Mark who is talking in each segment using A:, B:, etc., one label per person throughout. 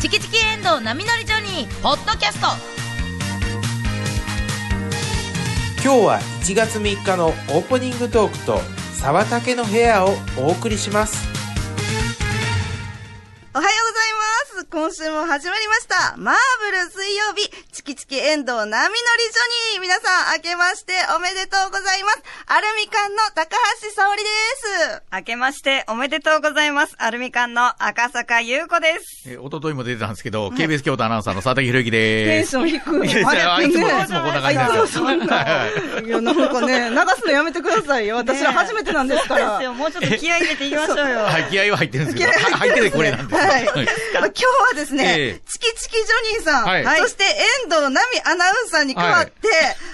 A: チキチキエンドウ波乗りジョニー」ポッドキャスト
B: 今日は1月3日のオープニングトークと沢竹の部屋をお送りします
C: おはようございます。今週も始まりました。マーブル水曜日、チキチキ遠藤波乗りジョニー。皆さん、明けましておめでとうございます。アルミカンの高橋沙織です。
D: 明けましておめでとうございます。アルミカンの赤坂優子です。
E: えー、おとといも出てたんですけど、KBS 京都アナウンサーの佐竹博之でーす。
C: ョン低
E: いやいやあいつもいつもこんな感じなんですよ
C: あいつもそんな。いや、なんかね、流すのやめてくださいよ。私ら初めてなんです
D: そ
C: か
D: う
C: ら。
D: ですよ。もうちょっと気合い入れていきましょうよ。
E: はい、気合は入ってるんですけど、は入っててこれなんですよ
C: はい。
E: はい
C: 今日はですね、
E: ええ
C: チキチキジョニーさん、
E: はい
C: そして遠藤奈美アナウンサーに代わって、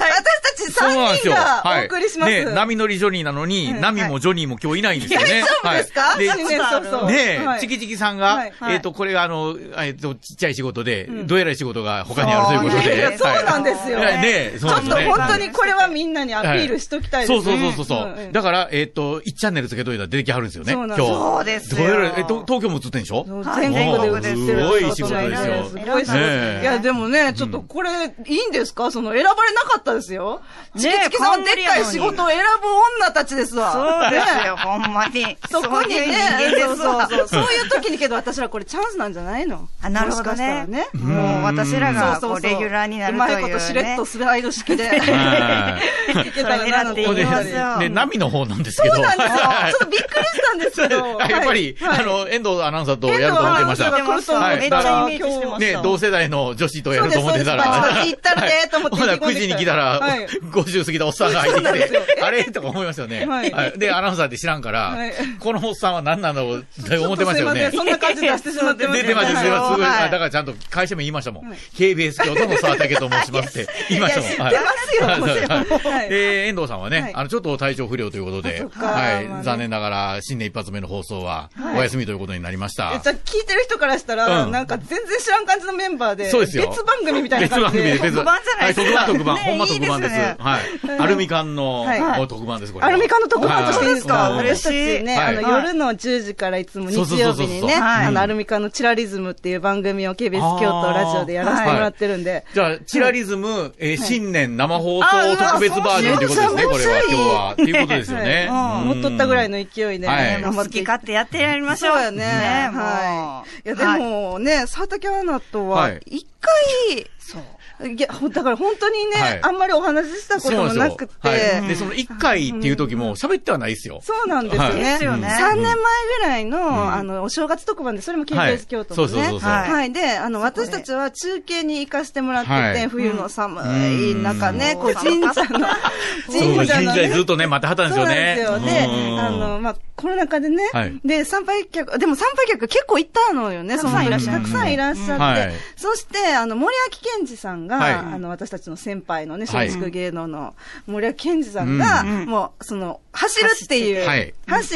C: 私たち
E: そうなんで
C: 3
E: す
C: 人
E: よ。
C: が
E: は
C: お
E: い
C: 送りします。
E: ね、波乗りジョニーなのに、
C: ん
E: 波もジョニーも今日いないんですよね。
C: 大丈夫ですか、
E: はいで
C: 新年早々
E: ねえ、
C: はい
E: チキチキさんが、
C: はい
D: はい
E: えっ、と、これがあの、えっ、と、ちっちゃい仕事で、どえらい仕事が他にあるということ
C: い
E: で。
C: やそうなんですよ。
E: はいねえ
C: ち
E: そ
C: ょ
E: う
C: っ
E: なんです
C: と
E: よね。
C: 本当にこれはみんなにアピールしときたいですね。
E: そうそうそうそう。
C: ん
E: うんだから、えっ、と、1チャンネルつけといたら出てきはるんですよね、
C: そうなん
E: 今
C: で
E: 日。
D: そうで
C: す
D: すよ
E: どえらいえっ、と、東京も映ってんでしょ
C: 全国で売ってる
E: すごい仕事ですよ
C: すごい仕事
E: ねえ
C: いや、でもね、ちょっとこれ、いいんですかその、選ばれなかったですよ。
D: え
C: チキチキさん、でっかい仕事を選ぶ女たちですわ。
D: そうです
C: ね
D: よ、ほんまに。
C: そこに
D: そういう
C: ね
D: 人間、です
C: そう
D: わ。
C: そうそう。そういう時にけど、私らこれチャンスなんじゃないの
D: あ、なるほど
C: もしかした
D: ね
C: ら。ね。
D: もう私らが
C: そう
D: こ
C: そううそう
D: レギュラーになると
C: うま
D: いう、ね。
C: いことしれっとスライド式で。
E: はい
D: いきまし
E: ここで、
C: けたらななんて今まで
D: ょう
E: ね、ナミの方なんですけど。
C: そうなんですよ。
E: はい
C: ちょっとびっくりしたんですけど。
E: やっぱり、
C: はい
E: あの、遠藤アナウンサーとやると思ってまし
C: 遠藤アナウンサー
E: た。
C: が来ると思
E: はい
D: めっちゃイメージしてました。
E: ね、同世代の女子とや
C: そう
E: る
C: で
E: と
C: す、
E: 思
C: そ
E: って
C: うで
E: た
C: す。バチバ
E: ら
C: チ。行ったるでーと思って
E: ほ
C: 飛
E: な
C: び込ん
E: 9
C: で
E: 時
C: き
E: に
C: た
E: 来たら
C: はい、
E: 50過ぎたおっさんが入って
C: そうなんで
E: き
C: すよ
E: て、あれとか思いましたよね。
C: はい
E: はいで、アナウンサーって知らんか
C: はい
E: ら、このおっさんは何なんだろうって思ってましたよね
C: ち。ょっとすいませんそんな感じ出してしまってます
E: 出てました、出てます。すごい。
C: はい
E: あだからちゃんと会社名言いましたもん。KBS 京都の沢竹と申しますって言いましたもん。はい
C: 知ってますよもうはい
E: えー遠藤さんは
C: はい
E: ね、あの、ちょっと体調不良ということ
C: あ
E: で、
C: そっかまあ
E: は
C: ね
E: い。残念ながら、新年一発目の放送は、お休みということになりました
C: え。じゃあ聞いてる人からしたら、
E: うん
C: なんか全然知らん感じのメンバーで、
E: そうですよ。
C: 別番組みたいな感じで。
E: 別番組で、別
D: 特番じゃないですか
E: はい特番、特番。
D: ね
E: ほんま特番です。
D: いいですね
E: はい。アルミ缶の、
C: はい
E: もう特番です、これは。
C: アルミカの特番としていいですか、
E: は
C: 私たちね、
E: はい
C: あの、
D: はい
C: 夜の10時からいつも日
E: そうそうそ
C: 曜
E: うそ
C: 日
E: う
C: にね、
D: はい
C: あの、アルミカのチラリズムっていう番組を KBS 京都ラジオでやらせてもらってるんで、
E: じゃあ、チラリズム、えー新年生放送特別バージョンということですね、これは、今日は。っていうことですよね。
C: はい
E: うん
C: 持っとったぐらいの勢いで、
E: はい
C: ね、頑張
D: 好
C: ってい
D: き
C: きたい
D: 勝手やってやりましょう。
C: そうよね。
D: もう
C: はい。いや、でもね、佐竹アナとは
E: は、い
C: 一回、そう。いや、ほんだから本当にね、
E: はい
C: あんまりお話ししたこ
E: そう
C: と
E: なんですよ
C: もなくて、
E: はい。で、その一回っていう時も喋ってはないですよ。
C: そうなんですよ
E: はい
C: ね。
D: ですよね
C: 3年前ぐらいの、
E: ん
C: あの、お正月特番で、それも
E: は
C: KBS
E: い
C: 京都
E: そ
C: の
E: う
C: ね。
E: そうそうそう。
D: はい
C: はい。で、あの、私たちは中継に行かせてもらってて、
E: はい
C: 冬の寒い中ね、
D: うん
C: こう、神社の、
E: そう、
C: 神
E: 神
C: 社の、
E: 社
C: ね
E: に、ずっとね、待ってはったんですよね。
C: そうなんです
E: う
C: よ。で、
E: ん
C: あの、まあ、コロナ禍でね、
E: はい
C: で、参拝客、でも参拝客結構いたのよね、その
D: たくさん
C: 時
D: いらっしゃい
C: た
D: ま
C: く
D: す
C: さんいらっしゃって、
E: うんはい
C: そして、あの、森脇健児さんが、
E: はい
C: あの、私たちの先輩のね、
E: は
C: 松
E: い
C: 竹芸能の森脇健児さんが、
D: うん
C: もう、その、走るっていう、
E: は
C: 走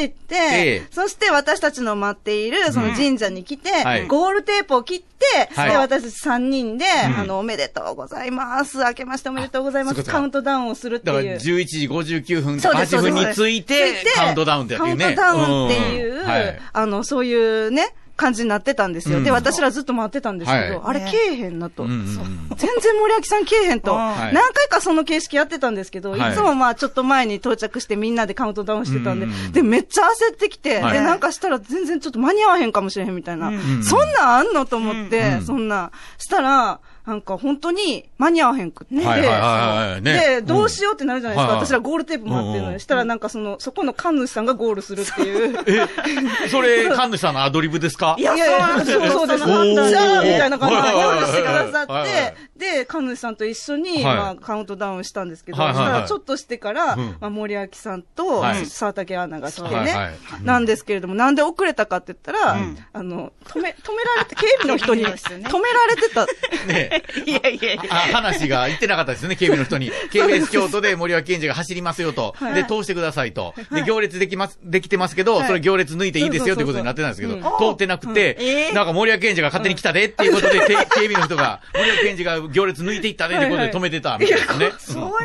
E: い
C: って、
E: ええ
C: そして私たちの待っている、その神社に来て、
E: はい
C: ゴールテープを切って、
E: はい
C: で、私たち3人で、
E: うん
C: あの、おめでとうございます、明けましておめでとうございま
E: あそう
C: す、
E: かそう
C: カ
E: か
C: ウントダウンをするって
E: だから
C: いう
E: 11。時59分と
C: そうです
E: 8分につい
C: つい
E: て
C: て、
E: カウントダウンってやっていうね。
C: カウントダウンっていう、
E: んはい
C: あの、そういうね、感じになってたんですよ。
E: うん
C: で、私らずっと待ってたんですけど、
E: は
C: あれ、
D: ね
C: けえへんなと。
E: うんうんうん
C: そう全然森脇さんけえへんと。
D: うん
E: はい
C: 何回かその形式やってたんですけど、
E: はい
C: い、つもまあちょっと前に到着してみんなでカウントダウンしてたんで、
E: うんうんうん
C: で、めっちゃ焦ってきて、
E: はい
C: で、なんかしたら全然ちょっと間に合わへんかもしれへんみたいな。
D: うん
E: ん
C: そんなんあんのと思って、
E: うん
C: そんなん。したら、なんか本当に間に合わへんくって。
E: はいはいはいはいね
C: で、
E: うん
C: どうしようってなるじゃないですか。
E: はいはい
C: 私らゴールテープもらってるの
E: うんう
C: に。
E: ん
C: したらなんかその、そこの神主さんがゴールするっ ていう。
E: それ、神主さんのアドリブですか
C: いやいや、そうそうです。
E: おー
C: じゃあ、みたいな感じで
E: はい
C: ゴ
E: はいは
C: ー
E: い
C: ルしてくださ
E: はいはいは
C: っ
E: い
C: て、で、神主さんと一緒に、
E: い
C: まあ、カウントダウンしたんですけど、そ
E: は
C: し
E: いはいはい
C: たらちょっとしてから、
E: うん
C: まあ、森脇さんと
E: はい、
C: 沢竹アナが来て
E: はいは
C: ね
E: い、
C: なんですけれども、なんで遅れたかって言ったら
E: ん、
C: あの、止め、止められて、警備の人 に、
D: 警備の人ね
C: 止められてた。
E: ね
D: いやいやいや。
E: あ話が言ってなかったですよね、警備の人に。KBS 京都で森脇健児が走りますよと。で、通してくださいと。で、行列できます、できてますけど、
C: い
E: それ行列抜いていいですよということになってたんですけど、通ってなくて
D: え、ー
E: なんか森脇健児が勝手に来たでっていうことで、て警備の人が、森脇健児が行行列抜いていったねってことで止めてたみたいなね。
C: そういうこ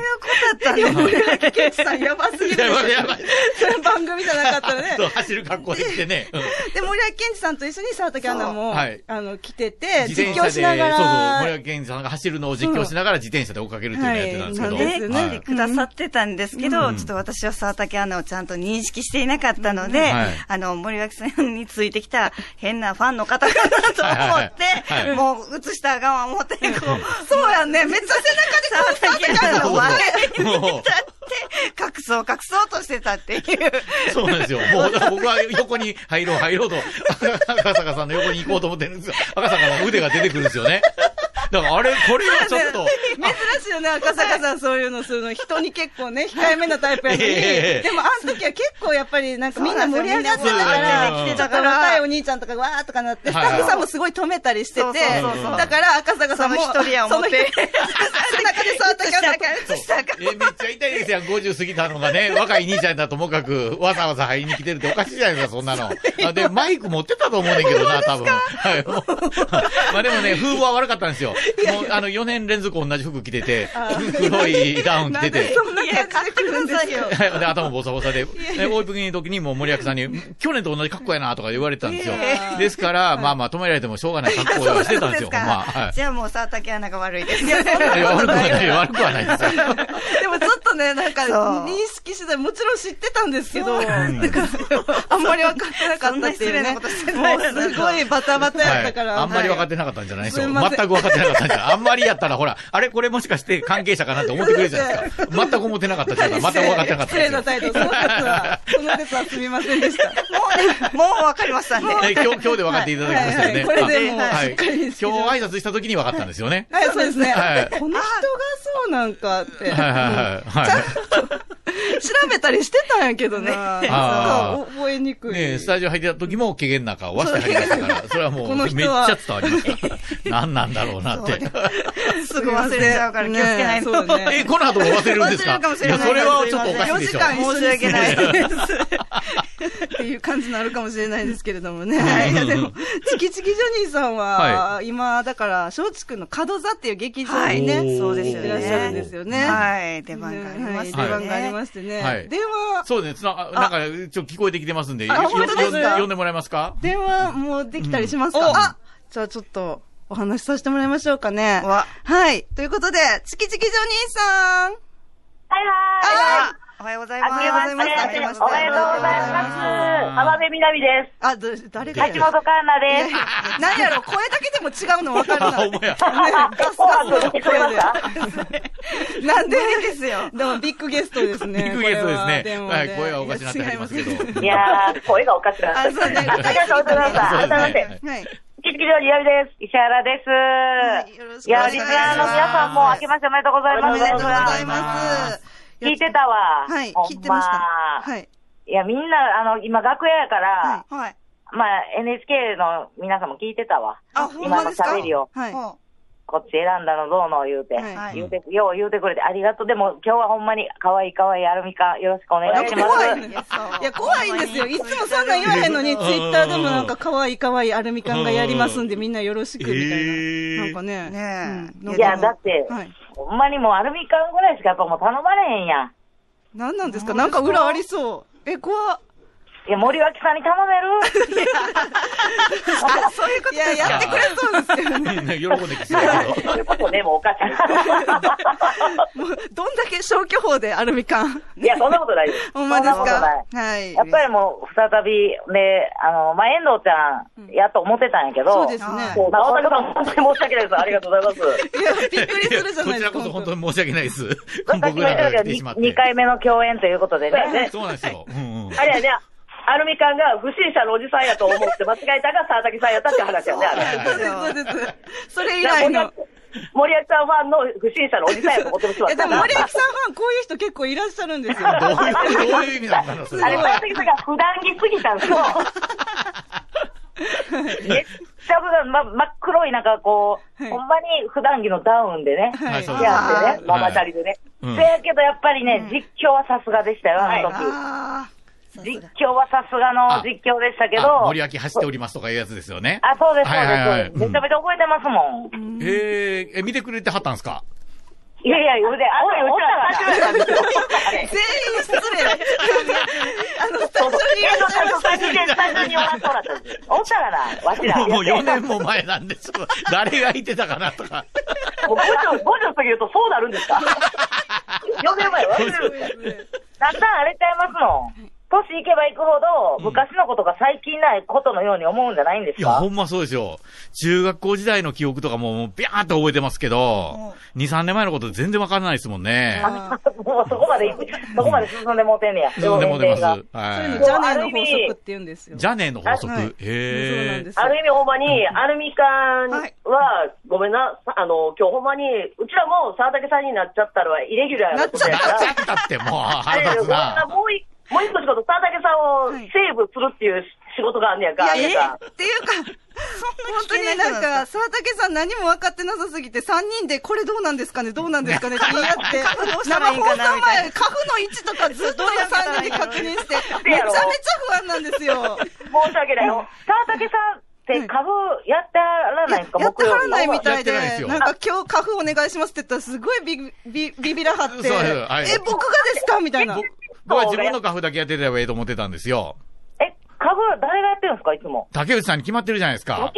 C: とだったね。森脇健児さんやばすぎるでしょ。
E: やばいやばい
C: その番組じゃなかったら ね
E: そう。走る格好で来てね。うん
C: で、森脇健児さんと一緒に沢竹アナも、
E: そうはい
C: あの、来てて、
E: 自
C: 実
E: 転車
C: 況
E: で、
C: しながら。
E: そうそう、森脇健児さんが走るのを実況しながら自転車で追っかけるっていうのをやってたんですけど。
C: はいなんですね
E: はい
C: で
D: くださってたんですけど、ちょっと私は沢竹アナをちゃんと認識していなかったので、
E: はい
D: あの、森脇さんについてきた変なファンの方かなと思って、
E: はいはいはい
D: もう映したら我慢持って、こう、
C: そうやね。めっちゃ
D: 沢竹
C: 背中で
D: アナの前に立
E: もう
D: って、隠そう隠そうとしてたっていう。
E: そうなんですよ。もう、だから僕は横に入ろう入ろうと、 赤坂さんの横に行こうと思ってるんですよ。赤坂さんの腕が出てくるんですよね。だから、あれ、これはちょっ と、
C: 珍しいよね、赤坂さん、そういうのするの。人に結 構ね、控えめなタイプやのに。
E: ええええ
C: でも、あの時は結構やっぱり、なんかみんな盛り上がってたか
E: そうですよ
C: ら、
E: みんな盛り上がって
C: ちょっと若いお兄ちゃんとかわーとかなって、スタ
E: はい
C: ッフさんもすごい止めたりして
D: そう
C: て、
D: そう
E: そうそう
C: だから赤坂さんも、
D: その一人や思って
C: その一人背中で触ったか
E: そ
C: ら、
E: うえめっちゃ痛いですやん、50過ぎたのがね、若い兄ちゃんだともかく、わざわざ入りに来てるっておかしいじゃないですか、そんなの。あで、マイク持ってたと思うねんけど な、多分。はい。もうまあでもね、風貌は悪かったんですよ。もう、あの、4年連続同じ服着てて、黒いダ ウン着てて。
C: そんな感じで来るんですよ。
E: はいで、 頭ボサボサで、ね、オープニングの時にもう森脇さんに、去年と同じ格好やなとか言われてたんですよ
C: いや。
E: ですから、まあまあ止められてもしょうがない格好をしてたんですよ、ほんま。はい。
D: じゃあもう沢竹アナが悪いです。
E: いや悪くはない、悪くはないですよ。
C: でもちょっとね、なんか、
D: そう
C: 認識してた、もちろん知ってたんですけど、
D: そう
C: なんかあんまり分かってなかったってい
D: そんな失礼
C: うね。
D: なことして
C: も
D: ないう
C: すごいバタバタやっ
E: は
C: た
E: い。
C: から。
E: あんまり分か
C: っ
E: ってなかったんじゃないです
C: す
E: よ。
C: い
E: 全
C: ません
E: く分かってなかったんじゃない。あんまりやったら、ほら、あれこれもしかして関係者かなって思ってくれるじゃないですか。全く思ってなかったっていうか、全く分かってなかった
C: 失礼な
E: ですよ。
C: 態度、その説は、その説はすみませんでした。
D: もうね、もうわかりましたね。
E: え今日、今日で分かっていただきましたよね。
C: はいはいこれでもう
E: あは
C: しっ
E: い。
C: か
E: 今
C: り認
E: 日
C: 識
E: 挨拶した時に分かったんですよね。
C: はい、そうですね。
E: はい
C: この人がそうなんかって。
E: はいはいはいはい。
C: 調べたりしてたんやけどね。
E: あー
C: そう覚えにくい。
E: ねえ、スタジオ入ってた時も、けげん中をわして入りましたから、それはも
C: こ
E: う、め
C: の
E: っ
C: 人
E: ち
C: は
E: ゃ伝わりました。何なんだろうなって。
D: すぐ忘れちゃうから気をつけないと。
C: ねそうね
E: え、この後も忘れるんですか
D: 忘れるかもし
E: い
D: れな
E: や、
D: い
E: それはちょっとおかしいでしょ。
C: 4時間
D: 申し訳ないです。
C: っていう感じになるかもしれないですけれどもね。いやでも、チキチキジョニーさんは、今、だから、松竹の角座っていう劇場に
E: は
C: ね、
E: い
C: そ
D: そうう
C: で
D: ですす
C: よ
D: よね
C: ね。いらっしゃるんですよね。
D: はい、出番がありま
C: ね
D: し
C: 出
D: たね。
C: 番がありましてね。
E: はい
C: 電話、
E: そうですね。ななんか、ちょっと聞こえてきてますんで、よ
C: あ
E: よ
C: 本当ですか
E: 呼んでもらえますか
C: 電話もうできたりしますか、
D: うんお
C: あじゃあちょっと、お話しさせてもらいましょうかね。
D: わ
C: はい。ということで、チキチキジョニーさん
F: はいはーい。
D: おはようございます。
F: あけまして
D: あけまして
F: おめでとうございます。浜辺美波です。
C: あ、ど誰が
F: 橋本環奈です。
C: 何やろ、声だけでも違うの分かる
E: あ、
C: な。
E: ほんまや。
C: ガスガスの声
F: 聞こえました
C: で。なんでですよ。でもビッグゲストですね。
E: ビッグゲストですね
C: これ
E: はい声はおかしなってありますけど
C: いや違い
F: いやー、声がおかしくなった。
C: あそうね
F: ありがとうございました。改め
E: そうですね
F: て、
C: すはい。
F: キチキジョニーやみです。石原です。
C: いよろしくお
F: いや
C: 願い
F: ー、
C: し
F: リス
C: ます
F: ナーの皆さんも明けましておめでとうござい
C: お
F: ます。
C: めでとうご
E: おめでとう
C: ざ
E: ござ
C: い
E: い
C: ま
E: ますす。
F: 聞いてたわ。
C: はい、
F: ほんま
C: 聞いてました。はい。
F: いや、みんな、あの、今、楽屋やから、
D: はい。
F: まあ、NHK の皆さんも聞いてたわ。
D: あ、ほん
F: 今
D: ま
F: の
D: ですか
F: 喋りを、
C: はい。
D: ほ
F: こっち選んだのどうの言うて。
C: はい
D: はい
F: 言うて、よう言うてくれてありがとう。でも、今日はほんまに、可愛い可愛いアルミカ、よろしくお願いしま
C: 怖いね
F: す。
D: いやそう
C: いや、怖いんですよ。いつもそんなん言わへんのに、
E: うん
C: ツイッターでもなんか、可愛い可愛いアルミ缶がやりますんで、みんなよろしく、みたいな。
E: えー
C: なんかね。
D: ねえ
C: うん
F: いや、だって、
C: はい。
F: ほんまにもうアルミ缶ぐらいしかやっぱもう頼まれへんやん。
C: なんなんですかなんか裏ありそう。え、怖っ
F: いや、森脇さんに頼める
C: いや、やってくれそうですけどね。
E: みんな喜んできてるけど。
F: そういうことでもおかしい。
C: もう、どんだけ消去法でアルミ缶。
F: いや、そんなことないで す。
C: ほんまです
F: そんなことない
C: かはい。
F: やっぱりもう、再び、ね、あの、まあ、遠藤ちゃん、やっと思ってたんやけど、
C: そうですね。
F: そう直太朗さん、本当に申し訳ないです。ありがとうございます。
C: いや、びっくりするじゃ
E: こ
C: ない
E: ち
C: です
E: ら
C: か。
E: こそ本当に申し訳ないです。
F: さっき
E: 僕
F: も言
E: ら
F: った
E: が来
F: けど
E: てしまっ、
F: 2
E: て。
F: 回目の共演ということでね。
E: そうなんですよ。うんうん。
F: あれやね、アルミ缶が不審者のおじさんやと思って間違えたが沢崎さんやったって話やね、あれ。
C: そうです、そうです。それ以来の。
F: 森脇さんファンの不審者のおじさんやと思ってる人
C: い
F: は
C: や、でも森脇さんファン、こういう人結構いらっしゃるんですよ。
E: どういう、どういう意味なんだろう、それ
F: あれ、
E: は
F: 沢。崎さんが普段着すぎたんですよ。めっちゃ普段、ま、真っ黒いなんかこう、
C: はい
F: ほんまに普段着のダウンでね。
E: はい、そう
F: い
E: です。
F: やって
E: はい
F: ね、ママチャリでね。
E: うん
F: せやけどやっぱりね、実況はさすがでしたよ、あの時。
C: あ
G: さ
C: あ。
G: す
F: 実
G: が。
F: 況はさすが
E: あ
F: の実況でしたけ
E: あ
F: ど、
E: 森脇走っておりますとかいうやつですよね。
F: あ、そうです、そうです。
E: はいはいはい
F: めちゃめちゃ覚えてますもん。
E: えー、え、見てくれてはったんですか
F: いやいや、腕、あれ、おったら立ち上がる。
G: 全員 失礼。あの、スタジオにいらっしゃいま
F: ス
G: した
F: タジオに、スタジオにおらんとらったんですおったらな、わしら。
E: もうもう4年
F: も。
E: も前なんで、ちょっと誰がいてたかなとか。
F: もう50、50過ぎるとそうなるんで すか ?4 年前、わしら。だんだんあれちゃいますの。年いけばいくほど、昔のことが最近ないことのように思うんじゃないんで
E: い
F: す
E: や、
F: か
E: ほんまそうですよ。中学校時代の記憶とかもう、もうビャーっと覚えてますけど、2、3年前のこと全然わからないですもんね。
F: もうそこまで、そこまで進んでもうてんねや。
E: そうでも出ます。
F: 表現が
C: そうい
E: は
C: うのジ
F: じゃ
C: ャネーの法則って言うんですよ。
E: い。ジャネーの法則。
C: はい
E: へ
C: そうなんで
E: え。
C: すよ
H: ある意味ほんまに、アルミ缶は、ごめんな、あの、今日ほんまに、うちらも沢竹さんになっちゃったらはイレギュラーなこと
E: な
H: や
E: っ
H: か
E: ち
H: ら
E: ゃ、ったって、もう
H: あ
E: 腹
H: れやけ
E: 立
H: ど
E: つ
H: こんな
E: な。
H: もう一もう一個仕事、沢竹さんをセーブするっていう仕事があんねやんか、あ
G: いや、
H: れ
G: え
H: が
G: っていうか、本当になんか、沢竹さん何も分かってなさすぎて、3人でこれどうなんですかね、どうなんですかねって言い合 って、生放送前、カフの位置とかずっと3人で確認して、めちゃめちゃ不安なんですよ。
F: 申し訳ないよ。沢竹さんって株やってはらないんですか、
G: やって
F: 木
G: は
F: 曜
G: ら
F: 日。
G: ないみたいで、
E: やってないですよ
G: なんか今日カフお願いしますって言ったら、すごいビビビビらはって、
E: そうそうはい
G: え、僕がですかみたいな。
E: 僕僕は自分のカフだけやってればいいと思ってたんですよ。
F: え、株誰がやってるんですか、いつも。
E: 竹内さんに決まってるじゃないですか。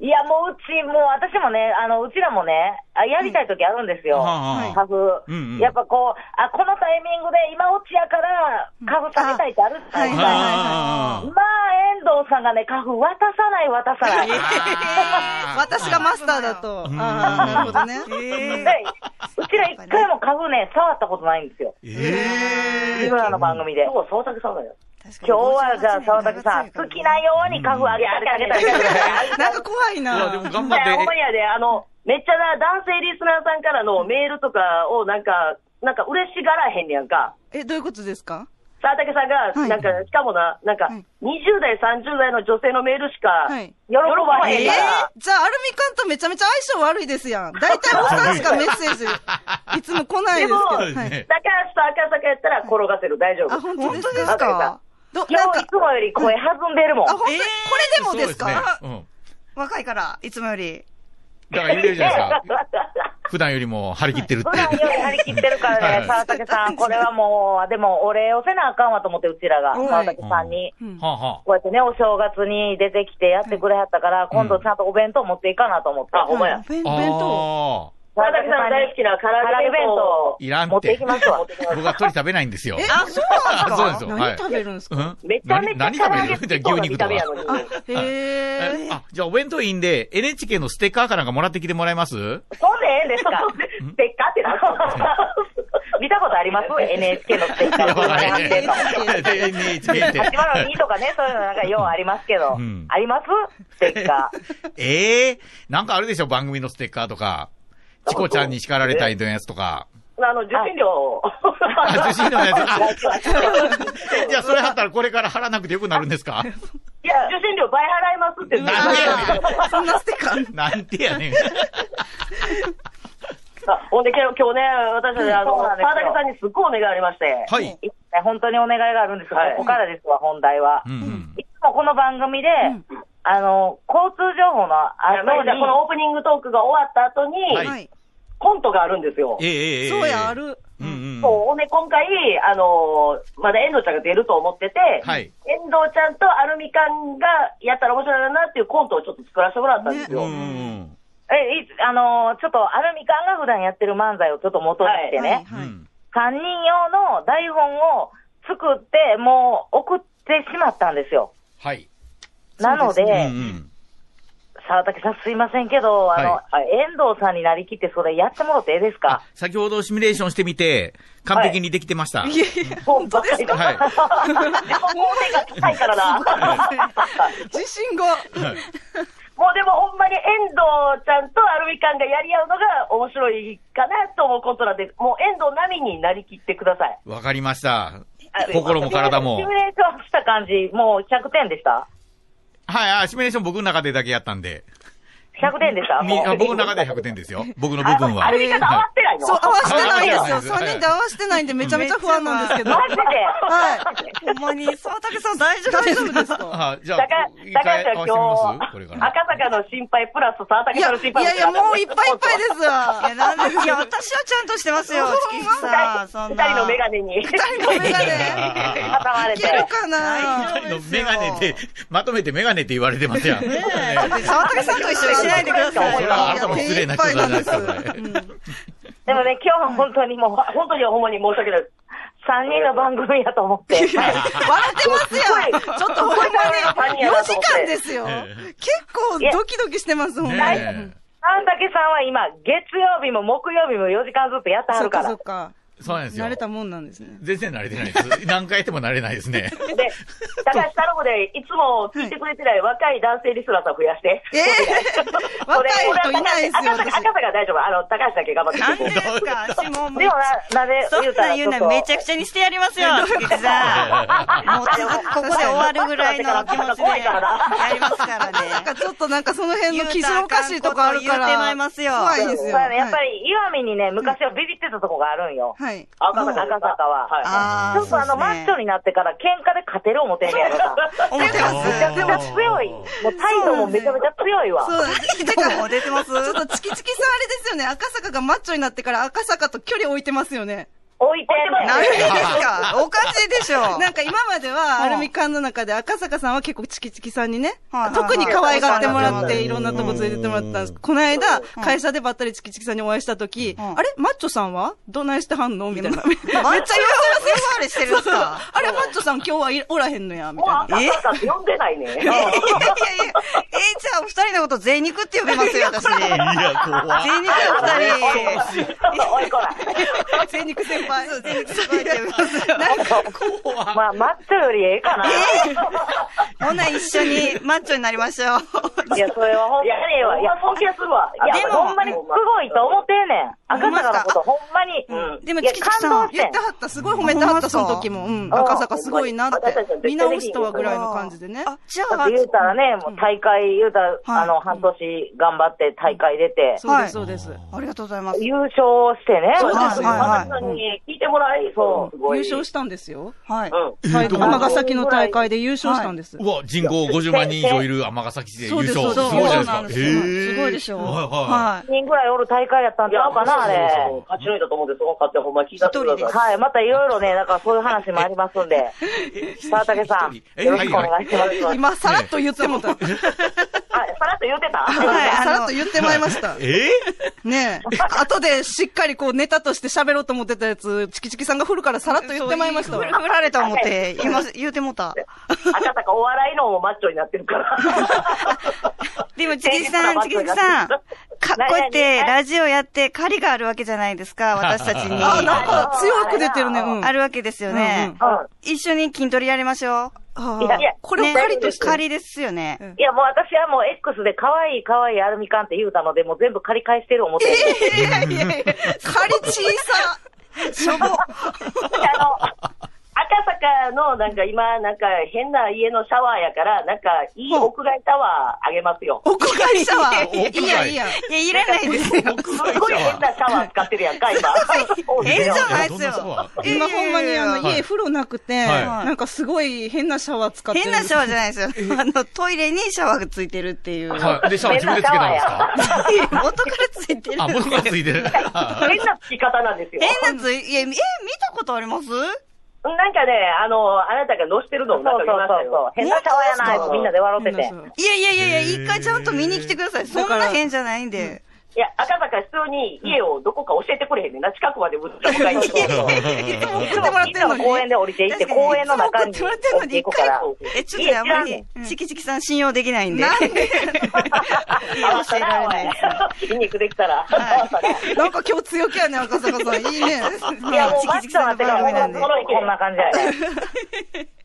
F: いや、もううち、もう私もね、あの、うちらもね、あやりたい時あるんですよ。
E: はい
F: 株
E: うんうん。
F: やっぱこう、あ、このタイミングで今落ちやから、株下げたいってあるじゃないです
G: はいはい
F: か。
E: あ
F: まあ、遠藤さんがね、株渡さない、渡さな い。
E: ー
G: 私がマスターだと。
E: ん
G: ああ、なるほどね。
D: え
F: でうちら一回も株ね、触ったことないんですよ。
E: ええ
F: 自分らの番組で。そう、沢竹さんだよ。今日はじゃあ沢竹さん、好きなように株あげてあげてあげてあげ て。
G: なんか怖い
E: いや、で
G: な
E: も。頑
H: いや、ほん
E: 張
H: ま
E: って。
H: やで、あの、めっちゃな、男性リスナーさんからのメールとかをなんか、なんか嬉しがらへんねやんか。
G: え、どういうことですか
H: 沢竹さんが、
G: はい
H: なんか、しかもな、なんか、
G: はい
H: 20代、30代の女性のメールしか
G: はい、
H: 喜ばへん
G: え
H: から、
G: ーじゃあ、アルミ缶とめちゃめちゃ相性悪いですやん。大体おっさんしかメッセージ、いつも来ないです
H: でも
G: けど。はい、
H: 高橋と赤坂やったら転がせる、大丈
G: あ、
H: 夫。
G: 本当ですか
H: 本当ですか
G: ど、
F: 今
G: なん
F: 日い
G: か
F: つ、もより声弾んでるもん。
G: あ、本当、これでもですか
E: そうですね
D: 若いから、いつもより。
E: うん。だから言ってるじゃないで すか。普段よりも張り切ってるって。
F: 普段より張り切ってるから
E: は
F: ね、沢竹さん、これはもう、でもお礼をせなあかんわと思って、うちらが、
G: はい
F: 沢竹さんに。
E: いはあは
F: こうやってね、お正月に出てきてやってくれはったから、今度ちゃんとお弁当持っていかなと思って。
H: あ、ほんまや。
G: お弁
E: あ。
G: 弁当
E: ああ。
F: 沢
H: 沢竹さんの大好きな唐揚
F: 唐揚
H: げ
F: げ
H: 弁
F: 弁当
H: 当。
E: いらんって。
F: 持っていきますわ。
E: 僕は鳥食べないんですよ。
G: あ、そうなんですか
E: そうですよはい
C: 何食べるんです か
E: うん
H: めちゃめちゃ
E: 何
H: 唐揚
E: 何
H: げ
E: 食べ
H: 弁
E: る
H: 当の
E: 牛肉
H: 見
E: と
H: た
E: か
H: 目。やのに。
G: へえ。
E: あ、じゃあお弁当いいんで、NHK のステッカーかなんかもらってきてもらえます
F: そんでええんですかせっかってな。 見たことあ ります ?NHK のステッカー
E: わからへん
F: NHK の
E: NHK って。
F: 802とかね、そういうのなんかようありますけど。
E: うん
F: ありますステッカー。
E: ええなんかあるでしょ番組のステッカーとか。チコちゃんに叱られたいのやつとか。
H: あの、受信料 を。
E: あ、受信料のやつ。 えじゃあそれ貼ったらこれから貼らなくてよくなるんです か
H: いや、受信料倍払いますって言って
E: なんでやね
G: そんなステカー
E: ん。なんでやね ん。
H: あほんで、今日今日ね、私たち、あの、
F: そうなんですよ
H: 沢竹さんにすっごいお願いありまして。
E: はい。
F: い本当にお願いがあるんですが、
H: はい
F: ここからですわ、本題は。
E: うんうん。
F: いつもこの番組で、あの、交通情報の
H: あの、
F: 後
H: まずじゃあ
F: に、
H: このオープニングトークが終わった後に、
E: はい
G: はい。
H: コントがあるんですよ。
E: ええええええ
G: そうや、あ。る。
E: うんうん。
H: そう、ほんで、今回、あのーまだ遠藤ちゃんが出ると思ってて、
E: はい
H: 遠藤ちゃんとアルミカンがやったら面白いなっていうコントをちょっと作らせてもらったんです
E: う
H: よ。
E: んうん
F: え、いあのーちょっと、アルミカンが普段やってる漫才をちょっと元にして
G: はい
F: ね、
E: う
G: はい。
E: ん。
F: 三3人用の台本を作って、もう送ってしまったんですよ。
E: はい。
F: なので、
G: そう
E: うんうん。
F: 沢竹さんすいませんけど、あの、
E: は
F: 遠藤さんになりきってそれやってもらっていいですか
E: 先ほどシミュレーションしてみて、完璧にできてました。はい。
F: 本当ですか
E: はい
F: でも、もう手が高いからな。
G: 自信が。
H: もうでもほんまに遠藤ちゃんとアルミカンがやり合うのが面白いかなと思うことなんで、もう遠藤並みになりきってください。
E: わかりました。心も体も
F: シミュレーションした感じ、もう100点でした
E: はい、あ、シミュレーション僕の中でだけやったんで。
F: 100点でした。
E: み
F: もう
E: あ僕の中で100点ですよ。僕の部分は。
F: あ歩き方合わってないの
C: そう、合わせてないんです
E: 合わせ
C: よ。
E: てない
C: 3人で合わせてないんで、めちゃめちゃ不安なんですけど。
F: マ
C: はい。
F: ジで。
D: ほんまに、そうたけさん大丈夫
C: 大
D: で
C: 丈
D: す
C: 夫
D: か
C: ですか
E: はい、じゃあ
F: だから、、
E: 一
F: だから
E: 回
F: じゃあ
E: 合わせてみ
F: 今
E: ますこれか
F: 日、
E: ら。
F: 赤坂の心配プラス、沢
C: い
F: 竹
C: や、
F: さんの心配
C: いやいや、もういっぱいいっぱいです
D: い
C: わ。
D: や、なんですいや、私はちゃんとしてますよ、チキチキさん。そん
F: 二
D: な。
F: 人のメガネに。二
C: 人のメガネ
F: 挟まれ
C: い
F: て
C: け。るか
D: は
C: な
D: 大丈夫
E: の
D: です
E: メ
D: よ
E: ガネって、まとめてメガネって言われてますやん。ねえ
D: 沢竹さんと一緒にしないでくださ
E: そ
D: い
E: れ
D: よ。
E: はあなたも失礼な人だなって
C: いっぱいな
F: でもね、今日は本当にもう、本当にほんまに申し訳ない。三人の番組やと思って。
C: 笑ってますやん。ちょっとほんまに4時間ですよ。
E: え
C: 結構ドキドキしてます、ほんまに。
E: ね
F: 三竹さんは今、月曜日も木曜日も4時間ずつやっては
I: そ
F: る
I: っ
F: か。
I: からそっか。
E: えそうなんですよ
I: 慣れ。たもんなんですね。
E: 全然慣れてないです。何回やっても慣れないですね。
F: で、高橋太郎で、いつも聞いてくれてない若い男性リスナーさん増やして。
C: ええ
F: これ
C: 若い人いないですよ
F: 赤坂
C: 私
F: 赤坂大丈夫。あの、高橋だけ頑張って。
D: なんでですか私もう、
F: でもな、なぜ
D: そ
F: 言
D: ん
F: うた
D: なん
F: ら
D: 言うならめちゃ
F: くち
D: くちゃにしてやりますよ、チキチキさん。もう続く、ここで終わるぐらいの気持ちで
F: 怖いからな
D: やりますからね。
C: なんかちょっとなんかその辺の基準おかしいとこあるから。
D: 言うたらあかんこと言うてま
C: 怖
D: いりま
C: いですよ。
F: ね、やっぱり、岩見にね、昔はビビってたとこがあるんよ。
C: はい。
F: 赤坂、赤坂は。
D: あー
F: ちょっとあ
D: そ
F: の、
D: うです
F: マ
D: ね
F: ッチョになってから喧嘩で勝てる思てんねやろな。
D: 思ってます。
F: めちゃくちゃ強い。もう態度もめちゃめちゃ強いわ。
C: そう。てか、
D: もう出てます
C: ちょっとチキチキさんあれですよね。赤坂がマッチョになってから赤坂と距離置いてますよね。
F: 置いてんねん。
D: なんでですかおかしいでしょ。
C: なんか今までは、アルミ缶の中で赤坂さんは結構チキチキさんにね、特に可愛がってもらって、いろんなとこ連れてってもらったんです。この間、会社でばったりチキチキさんにお会いしたとき、あれマッチョさんはどないしてはんのみたいな。 めっちゃ言われます
D: れしてるんですか
C: あれマッチョさん今日はいおらへんのや、み
F: もう
C: たいな。
F: 赤坂って呼んでないね。
D: いやいやいや、えじゃあお二人のこと贅肉って呼びますよ、私。贅
E: い
D: 肉
E: や、怖い。
D: お二人。
F: おいこら。
C: 精肉先輩。
D: 贅肉すごいって呼びますよ。
F: まあ、マッチョよりええかな。
D: ほな、一緒にマッチョになりましょう。
F: いや、それはほんまにええわ。いや、尊敬するわ。いや、
D: でも
F: ほんまにすごいと思ってんねん。赤坂のこと、ほんまに。うん
D: でも
F: いや
D: チキチキさん
F: 感動して
C: 言
F: ん
C: って。はった、すごい褒めてはった、その時も。うん、赤坂すごいなって。見直した わぐらいの感じでね。
D: あ、じゃ
F: だっ
D: あ
F: て、言うたらね、もう大会、言うたら、あの、半年頑張って大会出て、
C: そうです、そうです。
D: ありがとうございます。
F: 優勝してね、
C: そうですよ
F: はいはいに聞いてもらい、そう、すごい。
C: 優勝したんですよ。
D: はい。
F: う
E: えーと
F: ま
C: 尼崎の大会で優勝したんです。
E: うわ、人口50万人以上いる尼崎市で優
C: そうです
E: 勝。す
C: そうです
E: ごいじゃない
D: そうなん
E: で
D: ですす
E: か。
D: よ
E: へえ
D: すごいでしょう
E: はいは
D: はい
F: ん。人ぐらいおる大会やったんちゃうかな、あれ。
J: 勝ち抜いたと思うんで、その勝手ほんまに聞いたってください。
F: はい、またいろいろね、なんかそういう話もあります んで、沢竹さん、
E: え
F: よろしくお願いします。はい、
C: 今、さらっと言ってもた。
F: さらっと言うてた
D: はい
C: さらっと言ってまいりました。
E: え
C: ねえ。後でしっかりこうネタとして喋ろうと思ってたやつ、チキチキさんが振るからさらっと言ってまいりましたわ。
D: 振られた思って、言います言うてもうた。
F: 赤坂お笑いのもマッチョになってる から。
D: でも、チキチキさん、チキチキさん、か、こうやって、ラジオやって、狩りがあるわけじゃないですか、私たちに。
C: あ、なん
D: あ
C: か強く出てるね。うん。
D: るわけですよね。
F: う
D: 一緒に筋トレやりましょう。
C: あ
F: いやいや
C: これを
D: ね
C: 狩りとして。
D: 狩りですよね。
F: ん。いや、もう私はもう X で可愛い可愛いアルミ缶って言うたので、もう全部借り返してる思って。
C: いやいやいやいや狩り小さ。しょぼ。
F: あの、赤坂のなんか今、なんか変な家のシャワーやから、なんかいい屋外タワーあげますよ。
C: 屋外シャワ
E: 屋外
C: ー。いいやいいや。
D: いや、いらないですよ。
F: すごい変なシャワー使ってるやんか、今。おう
D: ええじゃない
E: ど
D: で
E: ん
D: す
E: な
D: よ
E: 人は。
C: 今ほんまにあの
E: はい
C: 家風呂なくて、
E: はい
C: なんかすごい変なシャワー使ってる。
D: 変なシャワーじゃないですよ。あの、トイレにシャワーがついてるっていう。元か
E: はい。で、シャワー自分でつけたんですか
D: らついてる。
E: あ、僕がついてる。
F: 変なつき方なんですよ。
D: 変なつい、いや、え、見たことあります
J: なんかね、あの、あなたが乗してるの
F: そ
J: を
F: う
J: なん
F: そ
J: か
F: う
J: 見ました
F: そ
J: よ。
F: う。変なシャワーやな
D: 本
F: い
D: 当ですか
F: みんなで笑って
C: 変
F: て。
C: なシャワー
D: いやいやいやいや、
E: へー
D: 一回ちゃんと見に来てください。そん
C: だか
D: な
C: ら
D: 変じゃないんで。
J: いや、赤坂普通に家をどこか教えてくれへんねんな。近くまでぶっちゃ向かいに行って。
F: いつもみんなの公園で降りていって、
D: 確かに
F: 公園の中に
D: いつも送ってもらってんのに
F: 行くから。
D: え、ちょっとね、あんま
F: いや
D: り
F: い、
D: チキチキさん信用できないんで。
C: なんで
F: ら
D: 教えられないです。
F: 筋肉できたら。
C: なんか今日強気やね、赤坂さん。いいね。
F: いや、もうマッチョになってから、もう
D: なんで
F: このこんな感じやね。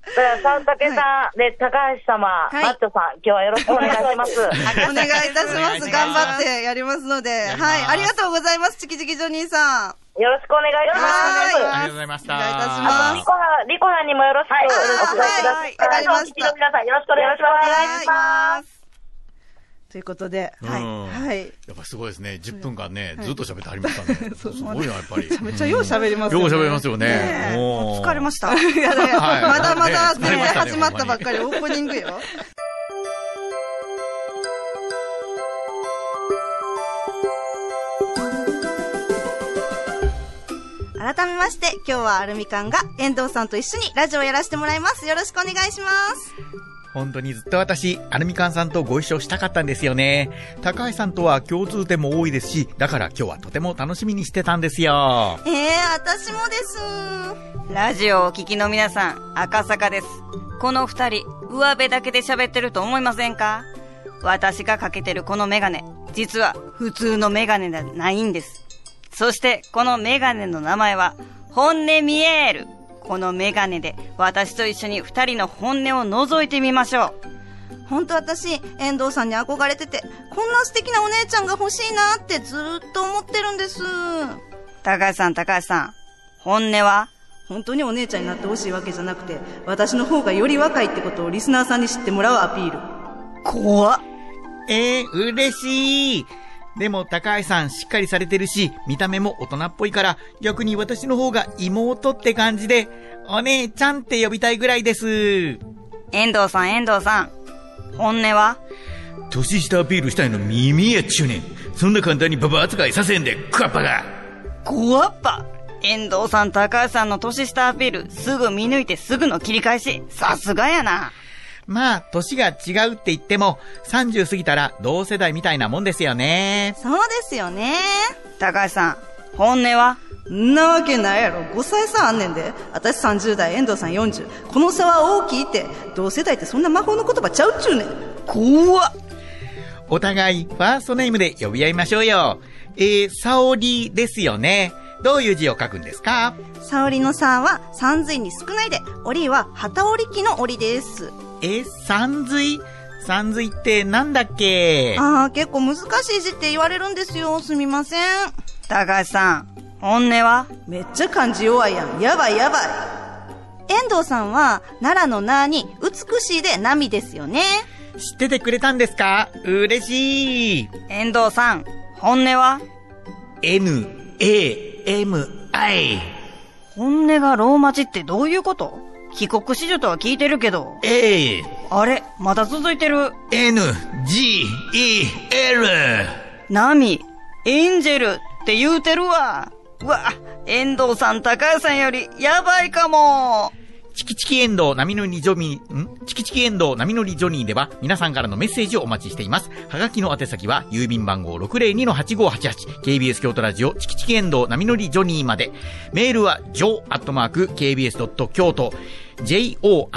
F: だから、佐竹さん、で、高橋様、マッチョさん、今日はよろしくお願いします。
C: お願いいたし
D: お願い
C: ま。
D: しますす
C: 頑張ってやりますので。
E: ります
C: はい。ありがとうございます。チキチキジョニーさん。
F: よろしくお願いし
E: あり
F: ます。
E: がとうございました。
C: お願いいたします
F: リコハン、リコハンにもよろしくお伝えください。
C: はいわかりました
F: お聞きの皆さん、よろしくお願いしま
C: お
F: す。。
C: 願いしますと
G: ということで、
E: うん
G: はい。はい。
E: やっぱすごいですね。10分間ね、ずっと喋ってはりましたね。すごいな、やっぱり。
G: めちゃめちゃよう喋ります
E: よ
G: よ
E: う
G: ね。
E: 喋ります
G: よ。
E: よ
D: ね
E: ね。
D: え
E: もう
D: 疲れまし た。
G: いやいや、
E: はい
G: まだまだ、
E: ね
G: ね、
E: 疲れましたね
G: 始まったばっかり、オープニングよ。改めまして、今日はアルミカンが遠藤さんと一緒にラジオをやらせてもらいます。よろしくお願いします。
E: 本当にずっと私、アルミカンさんとご一緒したかったんですよね。高橋さんとは共通点も多いですし、だから今日はとても楽しみにしてたんですよ。
G: ええー、私もです。
D: ラジオをお聞きの皆さん、赤坂です。この二人、上辺だけで喋ってると思いませんか私がかけてるこのメガネ、実は普通のメガネじゃないんです。そして、このメガネの名前は、本音見える。このメガネで、私と一緒に二人の本音を覗いてみましょう。
G: ほんと私、遠藤さんに憧れてて、こんな素敵なお姉ちゃんが欲しいなってずーっと思ってるんです。
D: 高橋さん、高橋さん、本音は
G: 本当にお姉ちゃんになってほしいわけじゃなくて、私の方がより若いってことをリスナーさんに知ってもらうアピール。
D: 怖っ。
E: ええ嬉しい。でも高橋さんしっかりされてるし、見た目も大人っぽいから、逆に私の方が妹って感じで、お姉ちゃんって呼びたいぐらいです。
D: 遠藤さん、遠藤さん、本音は
E: 年下アピールしたいの耳やっちゅうねん。そんな簡単にババ扱いさせんで、クワッパが。
D: 怖っぱ遠藤さん、高橋さんの年下アピール、すぐ見抜いてすぐの切り返し、さすがやな。
E: まあ、年が違うって言っても、30過ぎたら同世代みたいなもんですよね。
G: そうですよね。
D: 高橋さん、本音は
G: んなわけないやろ。5歳差あんねんで。私30代、遠藤さん40。この差は大きいって。同世代ってそんな魔法の言葉ちゃうっちゅうねん。
D: 怖っ
E: お互い、ファーストネームで呼び合いましょうよ。えー、沙織ですよね。どういう字を書くんですか
G: 沙織のさんは三髄に少ないで、織は旗織機の織です。
E: え、三髄三髄ってなんだっけ
G: ああ、結構難しい字って言われるんですよ。すみません。
D: 高橋さん、本音は
G: めっちゃ漢字弱いやん。やばいやばい。遠藤さんは、奈良のなに、美しいで波ですよね。
E: 知っててくれたんですか嬉しい。
D: 遠藤さん、本音は
E: N, A, M, I。
D: 本音がローマ字ってどういうこと帰国子女とは聞いてるけど、
E: A,
D: あれ、まだ続いてる。
E: N, G, E, L。
D: ナミ、エンジェルって言うてるわ。うわ、遠藤さん、高橋さんよりやばいかも。
E: チキチキエンドウ波乗りジョニー、んチキチキエンドウ波乗りジョニーでは皆さんからのメッセージをお待ちしています。はがきの宛先は郵便番号602-8588、KBS 京都ラジオチキチキエンドウ波乗りジョニーまで。メールは jo.kbs.kyoto、jo.kbs.kyoto、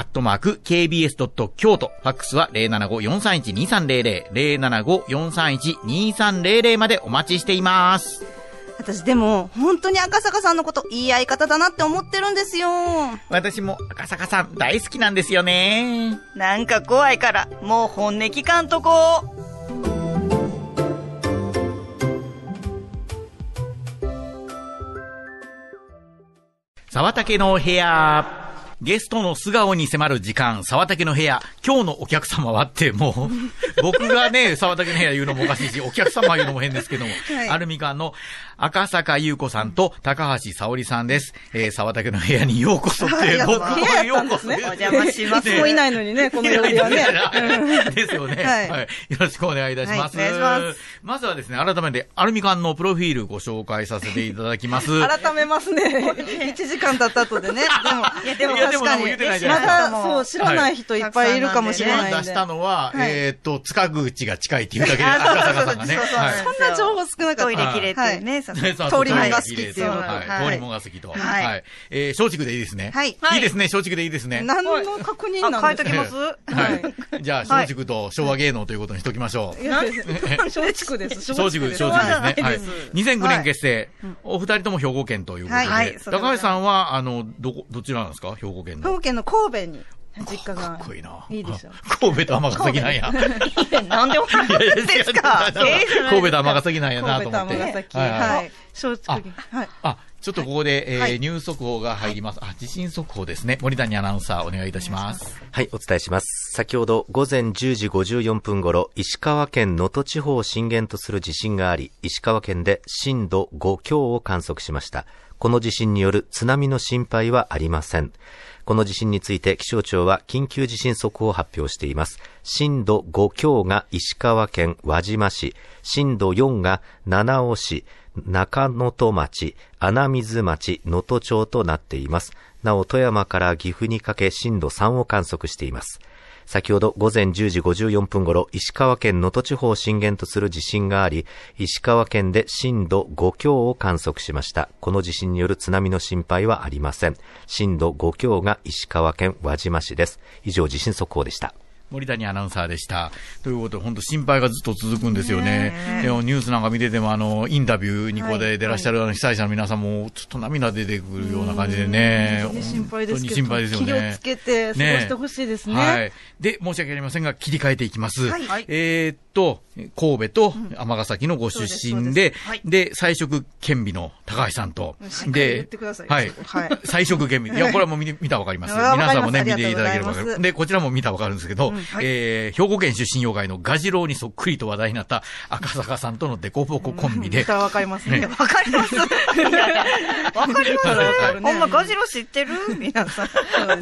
E: ファックスは075-431-2300、075-431-2300までお待ちしています。
G: 私でも、本当に赤坂さんのこと、いい相方だなって思ってるんですよ。
E: 私も赤坂さん大好きなんですよね。
D: なんか怖いから、もう本音聞かんとこ。
E: 沢竹の部屋。ゲストの素顔に迫る時間、沢竹の部屋。今日のお客様はって、もう、僕がね、沢竹の部屋言うのもおかしいし、お客様言うのも変ですけども、アルミカンの赤坂優子さんと高橋沙織さんです。えー、沢竹の部屋にようこそって、僕はようこそ。お
D: 邪魔します
E: ね
C: もういないのにね、この曜日はね。
E: ですよね、 は。
G: はいい
E: よろしくお願いいたします。
D: はいお願いし
E: まずはですね、改めて、アルミカンのプロフィールご紹介させていただきます。
C: 改めますね。
G: 1時間経った後でね。
E: で
G: で
E: も
G: も、
E: いやで
G: 確
E: も
G: か
E: 何も言
G: に
E: うてない。じゃ
G: ま
E: ないですか
G: た、そう、知らない人いっぱいいるかもし
E: 一
G: れ
E: 番
G: ないん
E: 出
G: で。
E: し
G: そ
E: た
G: ん
E: のは、
G: はい
E: えーっと、塚口が近いっていうだけで、赤坂さんがね。はい
G: な情報少なか
D: ト
G: っ
D: イ
G: た。
D: レ切れてるね、さすが
E: ねそう
G: 通りもんが好きっていうのが
E: はい
G: はい
E: 通りもんが好きと。は。
G: はいい
E: えー松竹でいいですね。
G: はい
E: いいですね、松竹でいいですね。
G: 何の確認
D: あ、
G: な
D: 変
G: ん
D: え
G: です
D: とき
G: か
D: ます
E: はい。じゃあ、松竹と昭和芸能ということにしときましょう。
C: 松竹です。
E: 松竹、松竹ですね。はい。2009年結成。お二人とも兵庫県ということで。
D: はいそうでございま
E: 高橋
D: す
E: さんは、あの、どこ、どちらなんですか兵庫県
G: 兵
E: の。
G: 庫県の神戸に、実家
E: か
G: が
E: っ。こいいな。
C: いいでしょ
E: あ 神戸と尼崎なんや。
D: なんで笑うんですか
E: いやいやいや神戸と尼崎なんやなと思って。
C: 神戸と尼崎
E: はいはい
G: はい。松竹に。はい。
E: あ、ちょっとここで、えー
G: はい
E: ニュース速報が入ります。あ、地震速報ですね。森谷アナウンサー、お願いいたします。
K: はい、お伝えします。先ほど午前10時54分頃、石川県能登地方を震源とする地震があり、石川県で震度5強を観測しました。この地震による津波の心配はありません。この地震について気象庁は緊急地震速報を発表しています。震度5強が石川県輪島市、震度4が七尾市、中能登町、穴水町、能登町となっています。なお、富山から岐阜にかけ震度3を観測しています。先ほど午前10時54分頃、石川県能登地方を震源とする地震があり、石川県で震度5強を観測しました。この地震による津波の心配はありません。震度5強が石川県輪島市です。以上、地震速報でした。
E: 森谷アナウンサーでした。ということで、本当心配がずっと続くんですよね。でもニュースなんか見てても、あの、インタビューにこうで出らっしゃるあの被災者の皆さんも、ちょっと涙出てくるような感じでね。
C: 本当に心配です
E: 本当
C: けど
E: に心配ですよね。
C: 気をつけて過ごしてほしいですね
E: はい。で、申し訳ありませんが、切り替えていきます。
C: はい
E: えーっと、神戸と尼崎のご出身で、で菜食兼備の高橋さんと
C: しっか、り言ってくださいよ
E: はい
C: そこはい。
E: 菜食兼備。いや、これはもう見 て見たらわかります。
C: うわ
E: 皆さんもね、
C: わか
E: 見
C: ります
E: ていただければわ
C: あ
E: か
C: りがとうございま
E: る。
C: す
E: で、こちらも見たらわかるんですけど、
C: はい
E: えー兵庫県出身妖怪のガジロウにそっくりと話題になった赤坂さんとのデコボココンビで、
C: 歌わかります
E: ね
C: ね。わかります。わ かります。
D: ほんま、ガ
C: ジ
D: ジロ知ってる
C: 皆さん。そうで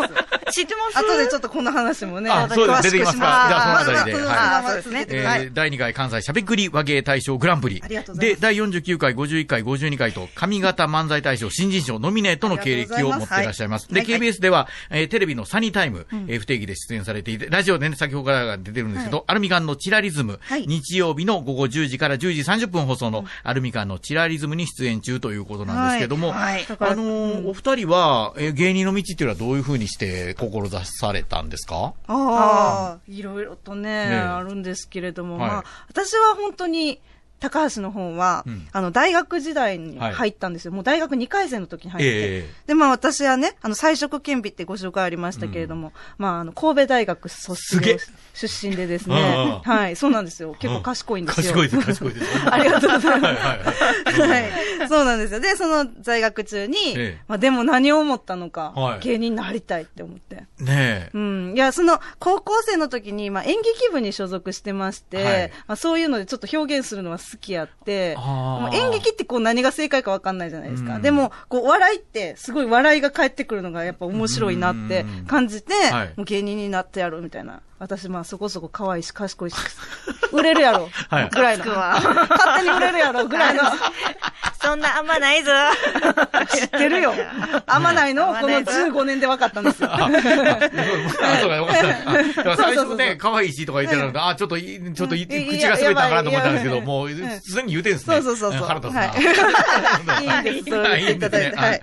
C: す。
D: 知ってます
C: 後でちょっとこの話もね、
E: あ
C: また
E: そうです
C: 詳し
E: 出て
C: く
E: きますか
C: し
E: じゃあそのあたりではい
C: ままあまあそうですね。
E: えー
C: はい。
E: 第2回関西しゃべくり和芸大賞グランプリ。
C: ありがとうございま
E: で、
C: す
E: 第49回、51回、52回と、上方漫才大賞新人賞ノミネートの経歴を持っていらっしゃいます。
C: ありがとうございます
E: で、KBS では、えーテレビのサニータイム、えー不定期で出演されていて、ラジオでね、先ほどから出てるんですけど、アルミカンのチラリズム、
C: はい
E: 日曜日の午後10時から10時30分放送のアルミカンのチラリズムに出演中ということなんですけども、
C: はいはいだから
E: あのーお二人は、えー芸人の道っていうのはどういうふうにして志されたんですか
C: ああ、いろいろとね、
E: ね
C: あるんですけれども、
E: はい
C: まあ、私は本当に、高橋の方は、
E: うん
C: あの、大学時代に
E: はい
C: 入ったんですよ。もう大学2回生の時に入って。
E: ええ
C: で、まあ私はね、あの、彩色兼備ってご紹介ありましたけれども、まあ、あの、神戸大学卒
E: すげ
C: 業
E: え
C: 出身でです
E: あ
C: ね、
E: あ
C: はい、そうなんですよ。結構賢いんですよ。
E: 賢いです、賢いです。
C: ありがとうございま
E: は
C: す。
E: いはいはい
C: はい。そうなんですよ。で、その在学中に、
E: ええ
C: まあでも何を思ったのか、
E: はい
C: 芸人になりたいって思って。
E: ね
C: うん。いや、その、高校生の時に、まあ、演劇部に所属してまして、
E: はい
C: まあ、そういうのでちょっと表現するのは好きやって、
E: あー
C: まあ演劇ってこう何が正解かわかんないじゃないですか。
E: うん
C: でも、こう、笑いって、すごい笑いが返ってくるのがやっぱ面白いなって
E: うん
C: 感じて、
E: はい
C: もう芸人になってやろうみたいな。私、まあ、そこそこ可愛いし、賢いし、売れるやろ、
E: はい
C: ぐらいの。勝手に売れるやろ、ぐらいの。
D: そんなあんまないぞ。
C: 知って るよ。あんまないのをこの15年で分かったんです よ。
E: あ、そうか、分かった。あだから最
C: そうそうそ
E: 初
C: う
E: ね、可愛いしとか言ってたのあ、ちょっとい、ちょっとい、
C: うん
E: 口が滑ったかなと思ったんですけ
C: い
E: ど、
C: や
E: もう、
C: いやいや
E: 普通に言うてんすね。
C: そうそうそうそうん
E: 腹立つな。
C: は いいいですそう言っていただいてはい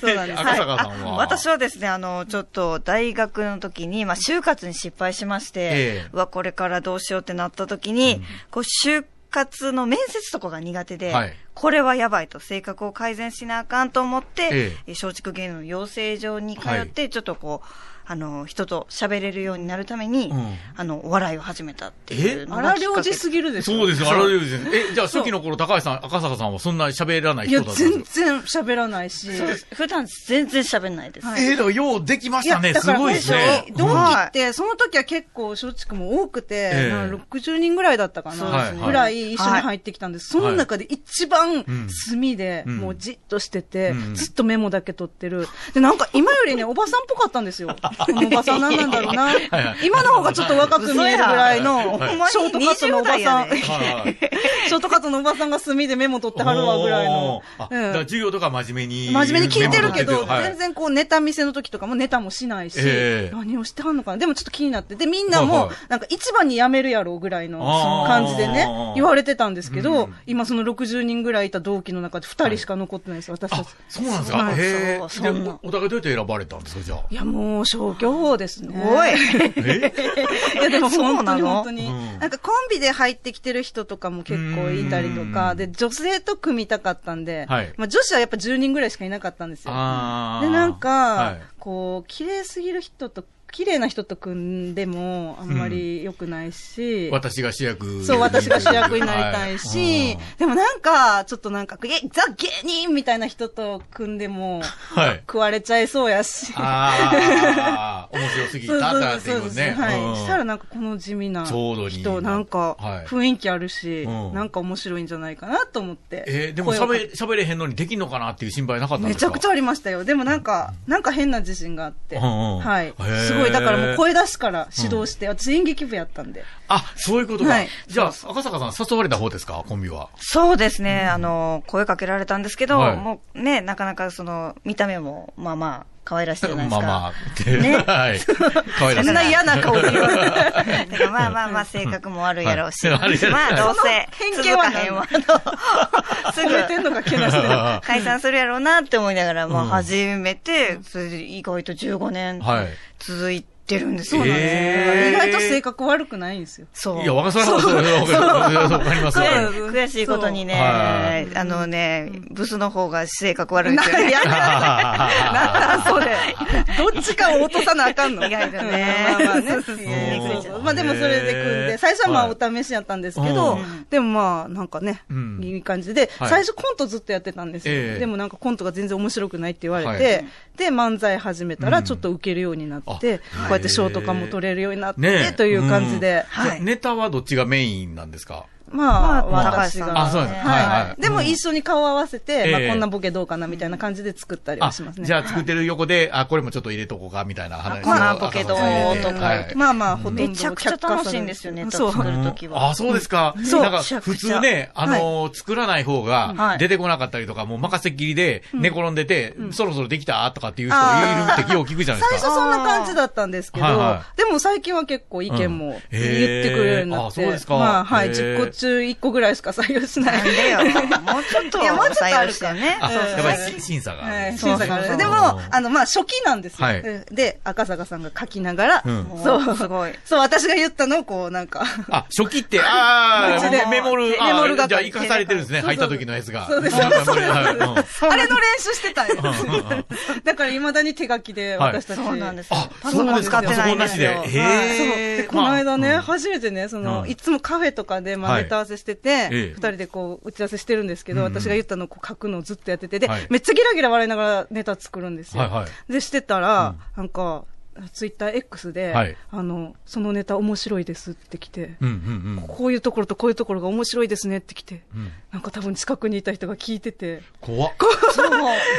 C: そうなんです
E: 赤坂さんは。
D: 私はですね、あの、ちょっと大学の時に、まあ、就活に失敗しまして、
E: ええ
D: うわ、これからどうしようってなった時に、こう、就活の面接とかが苦手で、
E: はい
D: これはやばいと、性格を改善しなあかんと思って、
E: え
D: え松竹芸能の養成所に通って、ちょっとこう、あの、人と喋れるようになるために、
E: うん
D: あの、お笑いを始めたっていうの
C: あ
D: が
C: ら
D: きっかけで。
C: 領事すぎるでしょ。
E: そうですよ、あらゆるですねえ、じゃあ初期の頃、高橋さん、赤坂さんはそんな喋らない
C: いや、
E: 人だったん
C: 全
E: です
C: 然喋らないし。
D: そうです。普段全然喋んないです。
E: かえー、でもようできましたね。
C: だ
E: す
C: から
E: ごいですね。
C: 同期
E: うん
C: って、その時は結構、松竹も多くて、
E: ええ
C: なんか60人ぐらいだったか
E: そうです
C: な、
E: ね
C: ぐらい一緒に入ってきたんです、
E: はい
C: その中で一番
E: うん
C: 隅で、
E: うん
C: もうじっとしてて、
E: うん
C: ずっとメモだけ取ってる。で、なんか今よりね、おばさんっぽかったんで すよ。このおばさん何なんだろうな
E: はい。
C: 今の方がちょっと若く見えるぐらいの、 シ
E: はい
C: ョートカットのおばさ
D: 20代
C: ん、
D: やね
E: はいはい
C: ショートカットのおばさんが隅でメモ取ってはるわぐらいの
E: お。ーあ
C: うん
E: だから授業とか真面目に。
C: 真面目に聞いてるけ
E: メモ
C: ど、
E: 取ってはい
C: 全然こうネタ見せの時とかもネタもしないし、
E: ええ
C: 何をしてはんのかな。でもちょっと気になって。で、みんな
E: はい
C: も
E: はい、
C: なんか一番に辞めるやろうぐらいの
E: あー
C: 感じでね
E: あー、
C: 言われてたんですけ
E: う
C: ど
E: ん、
C: 今その60人ぐらいいた同期の中で2人しか残ってないです、私た
E: あ
C: ち。、
E: そうなんですか
C: そう
E: へ
C: そうそ
E: え。
C: う
E: で、おお互いどうやって選ばれたんですか、じゃあ。
C: いや、もう消去法ですね。
D: おい
E: え
C: いや、でも
D: そう
C: 本当
D: な
C: に
D: の
C: 本当に。
E: うん
C: なんかコンビで入ってきてる人とかも結構いたりと
E: う
C: か、
E: ん
C: で、女性と組みたかったんで、
E: はい
C: まあ女子はやっぱ10人ぐらいしかいなかったんですよ。
E: あー
C: で、なんか、
E: はい
C: こう、綺麗すぎる人と綺麗な人と組んでも、あんまり良くないし。
E: 私が主役。
C: そう、私が主役になりたいし、でもなんか、ちょっとなんか、え、ザ芸人みたいな人と組んでも、
E: はい。はい、
C: 食われちゃいそうやし。
E: ああ、面白すぎ
C: そう
E: た
C: そう
E: って
C: そう
E: い
C: そうう
E: ね。
C: はい。したら
E: ん
C: なんかこの地味な
E: ちょうどいい
C: 人、なんか
E: はい
C: 雰囲気あるし、
E: うん
C: なんか面白いんじゃないかなと思って。
E: えーでも
C: 声をかけ
E: 喋喋れへんのにできんのかなっていう心配なかったんで
C: め
E: す
C: ち
E: か
C: ゃくちゃありましたよ。でもなんか、なんか変な自信があって。
E: うんうん
C: はい
E: へ。ー
C: すごい、だからもう声出しから指導して、私演劇部やったんで。
E: あ、そういうことか。
C: はい
E: じゃあ、赤坂さん誘われた方ですかコンビは。
D: そうですね、あの、声かけられたんですけど、
E: はい
D: もうね、なかなかその、見た目も、まあまあ、可愛らしいじゃないです
E: まあ
D: か。
E: まあ、って。
D: ね
E: はい。可愛ら
C: そ
E: しい
C: んな嫌な顔で言われて。
D: てかまあまあまあ、性格も悪いやろうし。
E: はい悪いやろう
D: まあ、どうせ、
C: 偏見
D: 続
C: は
D: か
C: ない
D: へんわ、と。す
C: すぐ
D: ぐ
C: れてんのが けなしてる。
D: 解散するやろうなって思いながら、まあ、始めて、それで意外と15年
E: はい
D: 続いてるんです
E: え
D: よね。
E: え
C: 意外と性格悪くない んですよ。
D: そう。
E: いや、わかそらそうそうそうわかりますよ。
C: そう
D: 悔悔しいことにね、
E: は
D: あのね、ブスの方が性格悪いんですよ
C: な
D: ね。
C: やだなんだそ れ。どっちかを落とさなあかんの。
D: 意外とね
C: うんまあまあね
D: そうそうそう
C: そうそうまあでもそれで組んで、最初はまあ
E: はい
C: お試しやったんですけ
E: う
C: ど
E: ん、
C: でもまあなんかね
E: うん、
C: いい感じで、
E: はい
C: 最初コントずっとやってたんです
E: ええ
C: よ。でもなんかコントが全然面白くないって言わ
E: はい
C: れて、で漫才始めた
E: う
C: ら
E: ん
C: ちょっと受けるようになっ
E: あ
C: て、こうやって賞とかも取れるようになっ
E: ね
C: て、という感じで
E: ん。
C: は
E: じ
C: い
E: ゃあネタはどっちがメインなんですか
C: まあ、
D: まあ
C: 私
D: 高橋さん
C: が。
E: あ、そうなんですね。はいはい。
C: でも一緒に顔合わせて、まあ
E: ええ
C: こんなボケどうかなみたいな感じで作ったり
E: あ、
C: はしますね。
E: じゃあ作ってる横で、あ、これもちょっと入れとこうか、みたいな話を。
D: まあボケどうとか
E: はい
C: まあまあ、ほとんど
D: めちゃくちゃ楽しいんですよね、
C: そ
D: 作
C: う。
D: るとき
E: あ、
D: は。
E: そうですか。
C: そう
E: なんか、
D: めちゃ
E: 普
D: くちゃ
E: 通ね、あのー、作らない方が
D: は、い
E: 出てこなかったりとか、もう任せっきりで、寝転んでて、そろそろできたとかっていう人
C: あ
E: いるってよう聞くじゃない
C: 最
E: で
C: 初
E: すか。
C: そんな感じだったんですけど、
E: はいは
C: でも最近は結構意見
E: うん
C: も言っ
E: へー
C: てくれるようになって、
E: あそうですか
C: まあはい、
E: へー
C: 10個中1個ぐらいしか採用しない。
D: なん でよ。もうちょっと、
C: いやもうちょっとあるか
D: 採用してね。
E: あ、
C: そう
E: やっぱり審査がある。
C: はい、
D: そう
C: 審
D: そうそう
C: 査があるでも、あの、まあ、初期なんですよ。
E: はい
C: うんで、赤坂さんが書きながら、
E: うん
D: も
C: そう
D: う、すごい
C: そう、私が言ったのを、こう、なんか、
E: あ、初期って、あ
C: うち
E: あ、
C: で
E: メモる、あ
C: メモる
E: ーじゃあ
C: 係
E: 生かされてるんですね、入った時のやつが。
C: そうです
E: あメモるはいうん
C: あれの練習してたんです。 だから、未だに手書きで、私たち。
D: そうなんですよ
E: あ、
D: パ
E: そ
D: ソ
E: う
D: コン
E: なんです
D: 使っ
E: か、
D: て
E: パソ
D: な
E: コ
D: い
E: ン
D: ん
E: な
D: で
E: し
D: す
E: で。
D: よ。
E: へ
C: で、
E: え。
C: この間ね、
E: まあ
C: 初めてね、その、
E: うん
C: いつもカフェとかで、ま
E: は
C: あ、
E: い
C: ネタ合わせして
E: え
C: て、二、
E: え
C: 人でこう、打ち合わせしてるんですけど、
E: うんうん
C: 私が言ったのをこう書くのをずっとやってて、で、
E: はい
C: めっちゃギラギラ笑いながらネタ作るんですよ。
E: はいはい。
C: で、してたら、なんか、ツイッター X で、
E: はい
C: あの、そのネタ面白いですって来て、
E: うんうんうん。
C: こういうところとこういうところが面白いですねって来て、
E: ん
C: なんか多分近くにいた人が聞いてて、
E: 怖っ。
C: そう、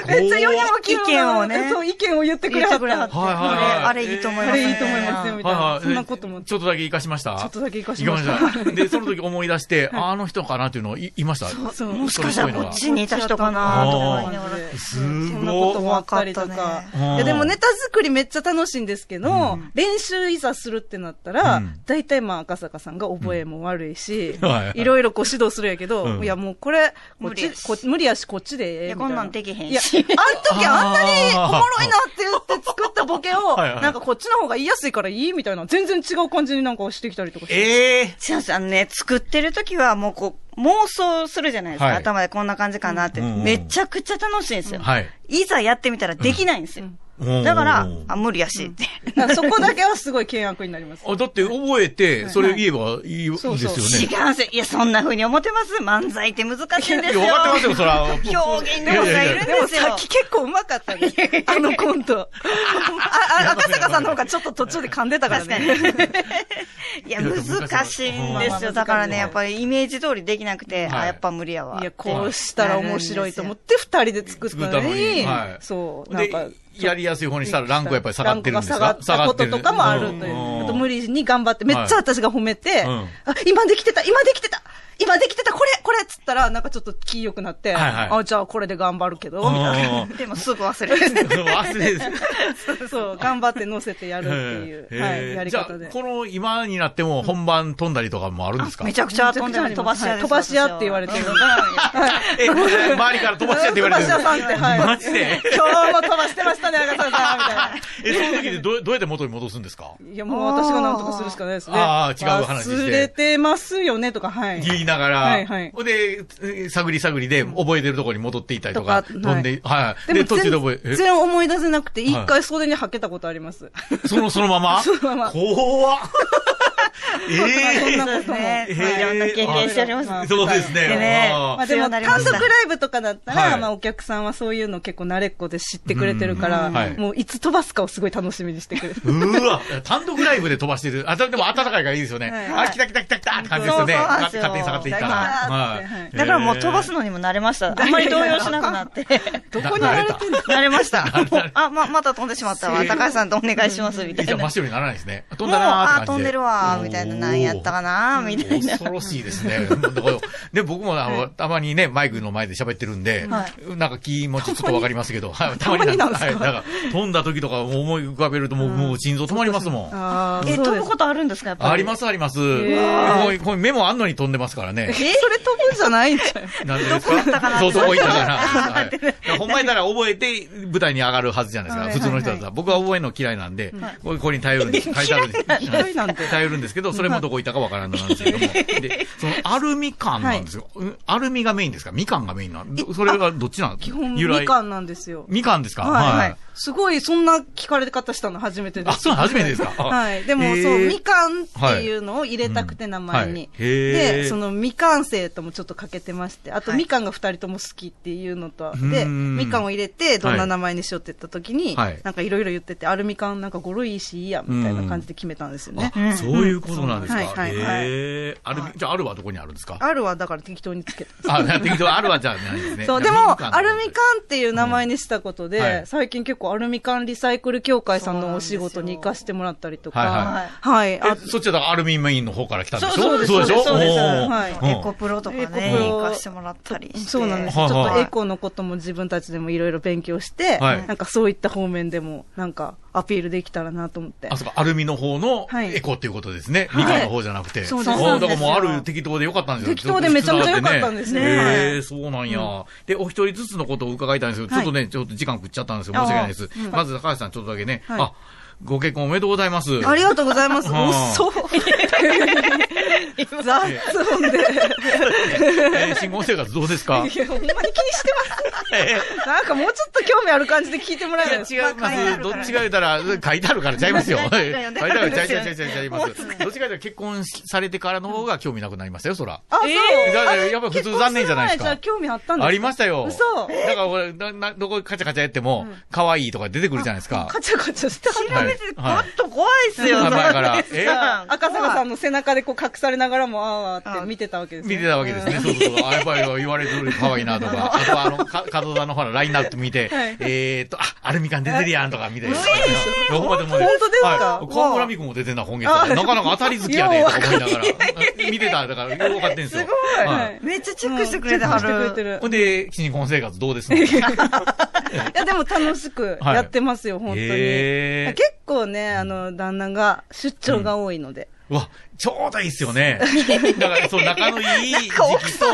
C: めっちゃ余裕も
D: 意見をね
C: そう、意見を言ってくれは
D: 言って
C: った。
D: くれはった
E: はいはいはい
D: あれいいと思います
C: あれいいと思いますよ、みたいな。
E: はいはい。
C: そんなことも。
E: ちょっとだけ活かしました
C: ちょっとだけ活かしました
E: 活かで、その時思い出して、あの人かなっていうのをいいました。
C: そう
D: もしかしたらこっちにいた人かなと思いながら。
E: す
C: そんなこ
E: ご
C: と
E: い。
C: もあったりと
D: 怖
C: か
D: かっ。
E: たね
C: いやでもネタ作りめっちゃ楽しいんですけど、練習いざするってなったら、
E: うん
C: 大体まあ赤坂さんが覚えも悪いし、
E: うんはい
C: いろいろこう指導するんやけど、
E: うん
C: いやもうこれ、こっ
D: 無理
C: ち
D: やし
C: こ無理やしこっちでええ
D: いや
C: みた
D: こ
C: い
D: ん
C: な
D: なんできへんし
C: いや、あん時あんなにおもろいなって言って作ったボケ を、
E: はいはい
C: なんかこっちの方が言いやすいからいいみたいな、全然違う感じになんかしてきたりとかして。
E: ええ。
D: すいません、あのね、作ってる時はもうこう、妄想するじゃないですか。
E: はい
D: 頭でこんな感じかなって。
E: うんうんうん
D: めちゃくちゃ楽しいんですよ。
E: はい。
D: いざやってみたらできないんですよ。
E: うん
D: だから
E: うん、
D: あ、無理やしって。
C: だからそこだけはすごい険悪になります。
E: あだって覚えて、それ言えばいいいいですよ
C: そうそう
E: ね。
D: 違うんですよ。いや、そんな風に思ってます。漫才って難しいんですよ。
E: いや分かってますよそら
D: 表現力がいるん
C: で
D: で
C: も
D: すよ
C: さっ。き結構うまかったね。あのコ ント。ああ、赤坂さんの方がちょっと途中で噛んでたから
D: 確かに
C: ね。。
D: いや、難しいんですよ。だからね、やっぱりイメージ通りできなくて、
E: はい
D: あ、やっぱ無理やわ。
C: いや、こうしたら面白いと思って、二人で作ったの
E: 作っ
C: に
E: たのにはい、
C: そう、なん
E: で
C: か、、
E: やりやすい方にしたらランクはやっぱり下がってるんですか
C: ランクが下がったこととかもあるという。
E: ん
C: あと無理に頑張って、めっちゃ私が褒めて、
E: うん
C: あ、今できてた、今できてた今できてたこれこれっつったら、なんかちょっと気良くなって、
E: はいはい
C: あ、じゃあこれで頑張るけど、みたいな。
E: うん
D: でもすぐ忘れる。
E: 忘れです。
C: そう、頑張って乗せてやるっていう、は
E: へ
C: い、
E: え
C: やり
E: じゃあ
C: 方で。
E: この今になっても本番飛んだりとかもあるんですか
D: めちゃくちゃ飛んでる。飛ばし屋です
C: 飛ばし屋って言われてる
D: 私は
E: え、周りから 飛ばし屋って言われてる
C: 飛ばし屋 さんって、はい。
E: マジで
C: 今日も飛ばしてましたね、赤坂さん、みたいな。
E: え、その時でどうどうやって元に戻すん ですか
C: いや、もう私が何とかするしかないですね。
E: あー違う話して
C: 忘れてますよね、とか、はい。
E: いいいながら、
C: はいはい
E: ほんで、え探り探りで覚えてるところに戻っていったりとか、
C: とか
E: 飛んで、はい。
C: で
E: で、
C: も
E: 途中で覚え、
C: 全然思い出せなくて、一
E: は
C: 回袖に履けたことあります。
E: え、 その、そのまま
C: そのまま
E: 怖っ
D: ね
E: ええ
C: そんなことも。
E: えー
D: まあいろんな経験しております。
C: まあ
E: そうですね。
D: でね
E: あ
C: まあ
E: ー
C: でも
D: 強くな
C: 単
D: りました
C: 独ライブとかだったら、
E: はい
C: まあお客さんはそういうの結構慣れっこで知ってくれてるから、
E: うんはい
C: もういつ飛ばすかをすごい楽しみにしてくれて。
E: うーわ、単独ライブで飛ばしてる。あ、でも暖かいからいいですよね。あ、来た来た来た来たって感じですよね。
D: そうそう
E: か
D: なんですよ
E: 勝手に下がっていったら。
C: はいはい
D: だからもう飛ばす
E: の
D: のにも慣れました。あんまり動揺しなくなって。
E: ど
C: こに慣れて
E: んの
D: 慣れました
E: 慣れた。
D: あ、ま、また飛んでしまったわ。高橋さんとお願いします、みたい
E: じゃ
D: な。
E: あ真
D: もう、
E: っ白にならないですね。飛んだなー
D: あ
E: って感じで。、
D: 飛んでるわ、みたいな。なんやったかな、みたいな。
E: 恐ろしいですね。だからで、僕もあの、たまにね、マイクの前で喋ってるんで、なんか気持ちちょっとわかりますけど、はいたまになんか、はい、なんか飛んだ時とか思い浮かべるともう、もう心臓止まりますもん。あ
C: あ
D: え、飛ぶ
C: と
D: ことあるんですか、やっぱり。
E: りますあります。もう、これメモあんのに飛んでますからね。
C: えそれ飛ぶんじゃないんじ ゃない
E: なんでですかそうそう、置いた から。はいだからほんまやったら覚えて舞台に上がるはずじゃないですか。
C: はい
E: 普通の人だったら。僕は覚えるの嫌いなんで、これこれに頼るんです。頼るんです。
C: 嫌いなんで
E: 頼るんですけど、それもどこ置いたかわからんのなんですけ ども。で、そのアルミ缶なんですよ。うんアルミがメインですかみかんがメインなんどそれはどっちなん
C: 基本、
E: 由来
C: みかんなんですよ。
E: みかんですか
C: はい、
E: はい。
C: すごい、そんな聞かれ方したの初めてで
E: あ、
C: す。
E: そう、初めてですか
C: はい。でも、
E: えー
C: そう、みかんっていうのを入れたくて、名前
E: はい
C: に。
E: へー
C: で、その、みかん生ともちょっとかけてまして、あと、みかんが二人とも好きっていうのと、
E: ー
C: で、
E: ん
C: みかんを入れて、どんな名前にしようって言った時に、
E: はい
C: なんかいろいろ言ってて、アルミ缶なんか語呂いいし、いいや、みたいな感じで決めたんですよね。
E: あ、そういうことなんですか。
C: うんはいはいはい
E: へーアルミ、じゃあ、アルはどこにあるんですか
C: あるは、だから適当につけた。
E: あ、適当、アルはじゃないですね。
C: そう、で
E: み
C: も、
E: かん
C: アルミ缶っていう名前にしたことで、
E: うんはい
C: 最近結構アルミ缶リサイクル協会さんのお仕事に行かせてもらったりとか、
E: はい
C: はい、
E: え
C: あ
E: そっちはだからアルミメインの方から来たんでしょ
C: そうそうです
E: でしょ
C: そうです
E: おー
C: はい
E: うん
D: エコプロとかね、
C: エコプロ
D: 行かしてもらったりして。
C: そうなんです。ちょ
E: は
C: っ
E: いはい
C: とエコのことも自分たちでもいろいろ勉強して、
E: はい
C: なんかそういった方面でも、なんかアピールできたらなと思って
E: あ、。そうか、アルミの方の
C: はい
E: エコっていうことですね。みかんの方じゃなくて。
C: そうです
E: おー
C: そうなん
E: だ
C: で
E: から
C: す
E: もうある適当でよかったんですよ。
C: 適当でめちゃめちゃ良かったんですね
E: へ
C: はい
E: えそうなんや。で、お一人ずつのことを伺いたいんですけど、ちょっとね、ちょっと時間食っちゃったんですよ。申し訳ないです。まず高橋さんちょっとだけね。
C: はい
E: あ、ご結婚おめでとうございます。
C: ありがとうございます。
E: うん
C: おっそう。雑音で。
E: えー新婚生活どうですか
C: いや、ほんまに気にしてます。なんかもうちょっと興味ある感じで聞いてもらえないです
E: 違います。どっちか言うたら、書いてあるからちゃいます よ。書いてあるちゃいちゃいちゃいちゃいちゃい ます。どっちか言うたら結婚されてからの方が興味なくなりましたよ、 そら。
C: あ、そう。
E: じゃあやっぱ普通残念じゃないです
C: 結婚る前じゃあ
E: か。
C: 興味あったんですか
E: ありましたよ。
C: 嘘
E: だから俺、な、な、どこカチャカチャやっても、可愛いとか出てくるじゃないですか。
C: カチャカチャしてはった
E: はいは
D: ちょっと怖いっすよ、
E: 名前から
D: そんなの
C: 赤坂さんの背中でこう隠されながらも、あーあーって見てたわけですね
E: 見てたわけですね。そうそうそう。あ、やっぱり言われてる可愛いなと か。あとあの、か、角田のほら、ラインナップ見て
C: はい、
E: えーっと、あ、アルミ缶出てるやんとか見て。本当
C: 本当ですか
E: はい。河村美子も出てんな、今月。なかなか当たり好きやで、とか思いなが ら。見てた、だから、よくわかってんすよ。すごい
C: はい
D: めっちゃチェックしてくれては
C: チェックしてくれて
D: る。
C: る
E: ほんで、新婚生活どうです の
C: いや、でも楽しくやってますよ、本当に。
E: へー
C: 結構ね、あの、旦那が出張が多いので。
E: うわ、ちょうどいいっすよね。だから、そう、仲のいい時期 と、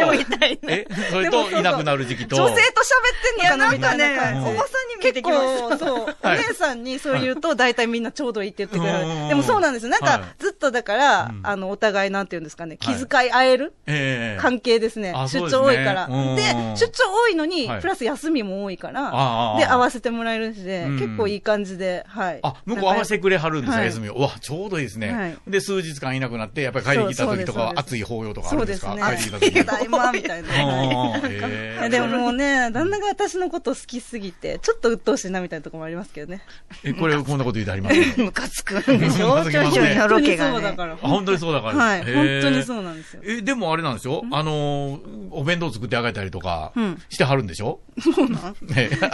E: え、それと、いなくなる時期と、
C: 女性と喋ってんのかなみたいな
E: なん
C: 感
E: か
C: じ。
E: ね
C: おばさんに見てきます。結構、そう。お
E: はい
C: 姉さんにそう言うと、大体みんなちょうどいいって言ってくれ
E: うんうんう
C: る。
E: ん
C: でもそうなんですよ。なん
E: は
C: か
E: い、
C: ずっとだから、
E: うん
C: あの、お互いなんて言うんですかね、気
E: はい
C: 遣い合える
E: ええ
C: 関係ですね。
E: あそう
C: 出
E: ですね
C: 張多いから。
E: うんうん
C: で、出張多いのに
E: はい、
C: プラス休みも多いから、
E: ああ
C: で、合わせてもらえるしで、
E: うん
C: 結構いい感じで、はい。
E: あ、向こう合わせてくれはるんです
C: は
E: よ、
C: い
E: 休みを。うわ、ちょうどいいですね。
C: はい
E: で、数日間いなくなって、やっぱり帰ってきた時とか
C: そうそうですそう
E: は
C: です
E: 熱い抱擁とかあ
C: そ
E: るん
C: う
E: で
C: ですす
E: か
C: ね。
E: 帰ってきた時
C: た
E: に。
C: だいま、みたいな。
E: う んうんうん
C: い
E: へ
C: や
E: え
C: でももうね、旦那が私のことを好きすぎて、ちょっと鬱陶しいなみたいなとこもありますけどね。
E: え、これ、こんなこと言うてありますけど
D: ムカつくんで し
E: ムカ
D: ょ
E: つき
D: ちょ
E: ま
D: い
E: す
D: ち
E: ね
D: ょいの
C: 本当
D: ロ
C: に
D: ケ
C: そ
D: が
C: うだ
D: ね。
C: から。
E: あ本当にそうだから。
C: はい。
E: へえ
C: 本当にそうなんですよ。
E: え、でもあれなんでしょあのー、お弁当作ってあげたりとか
C: ん、
E: してはるんでし ょそうな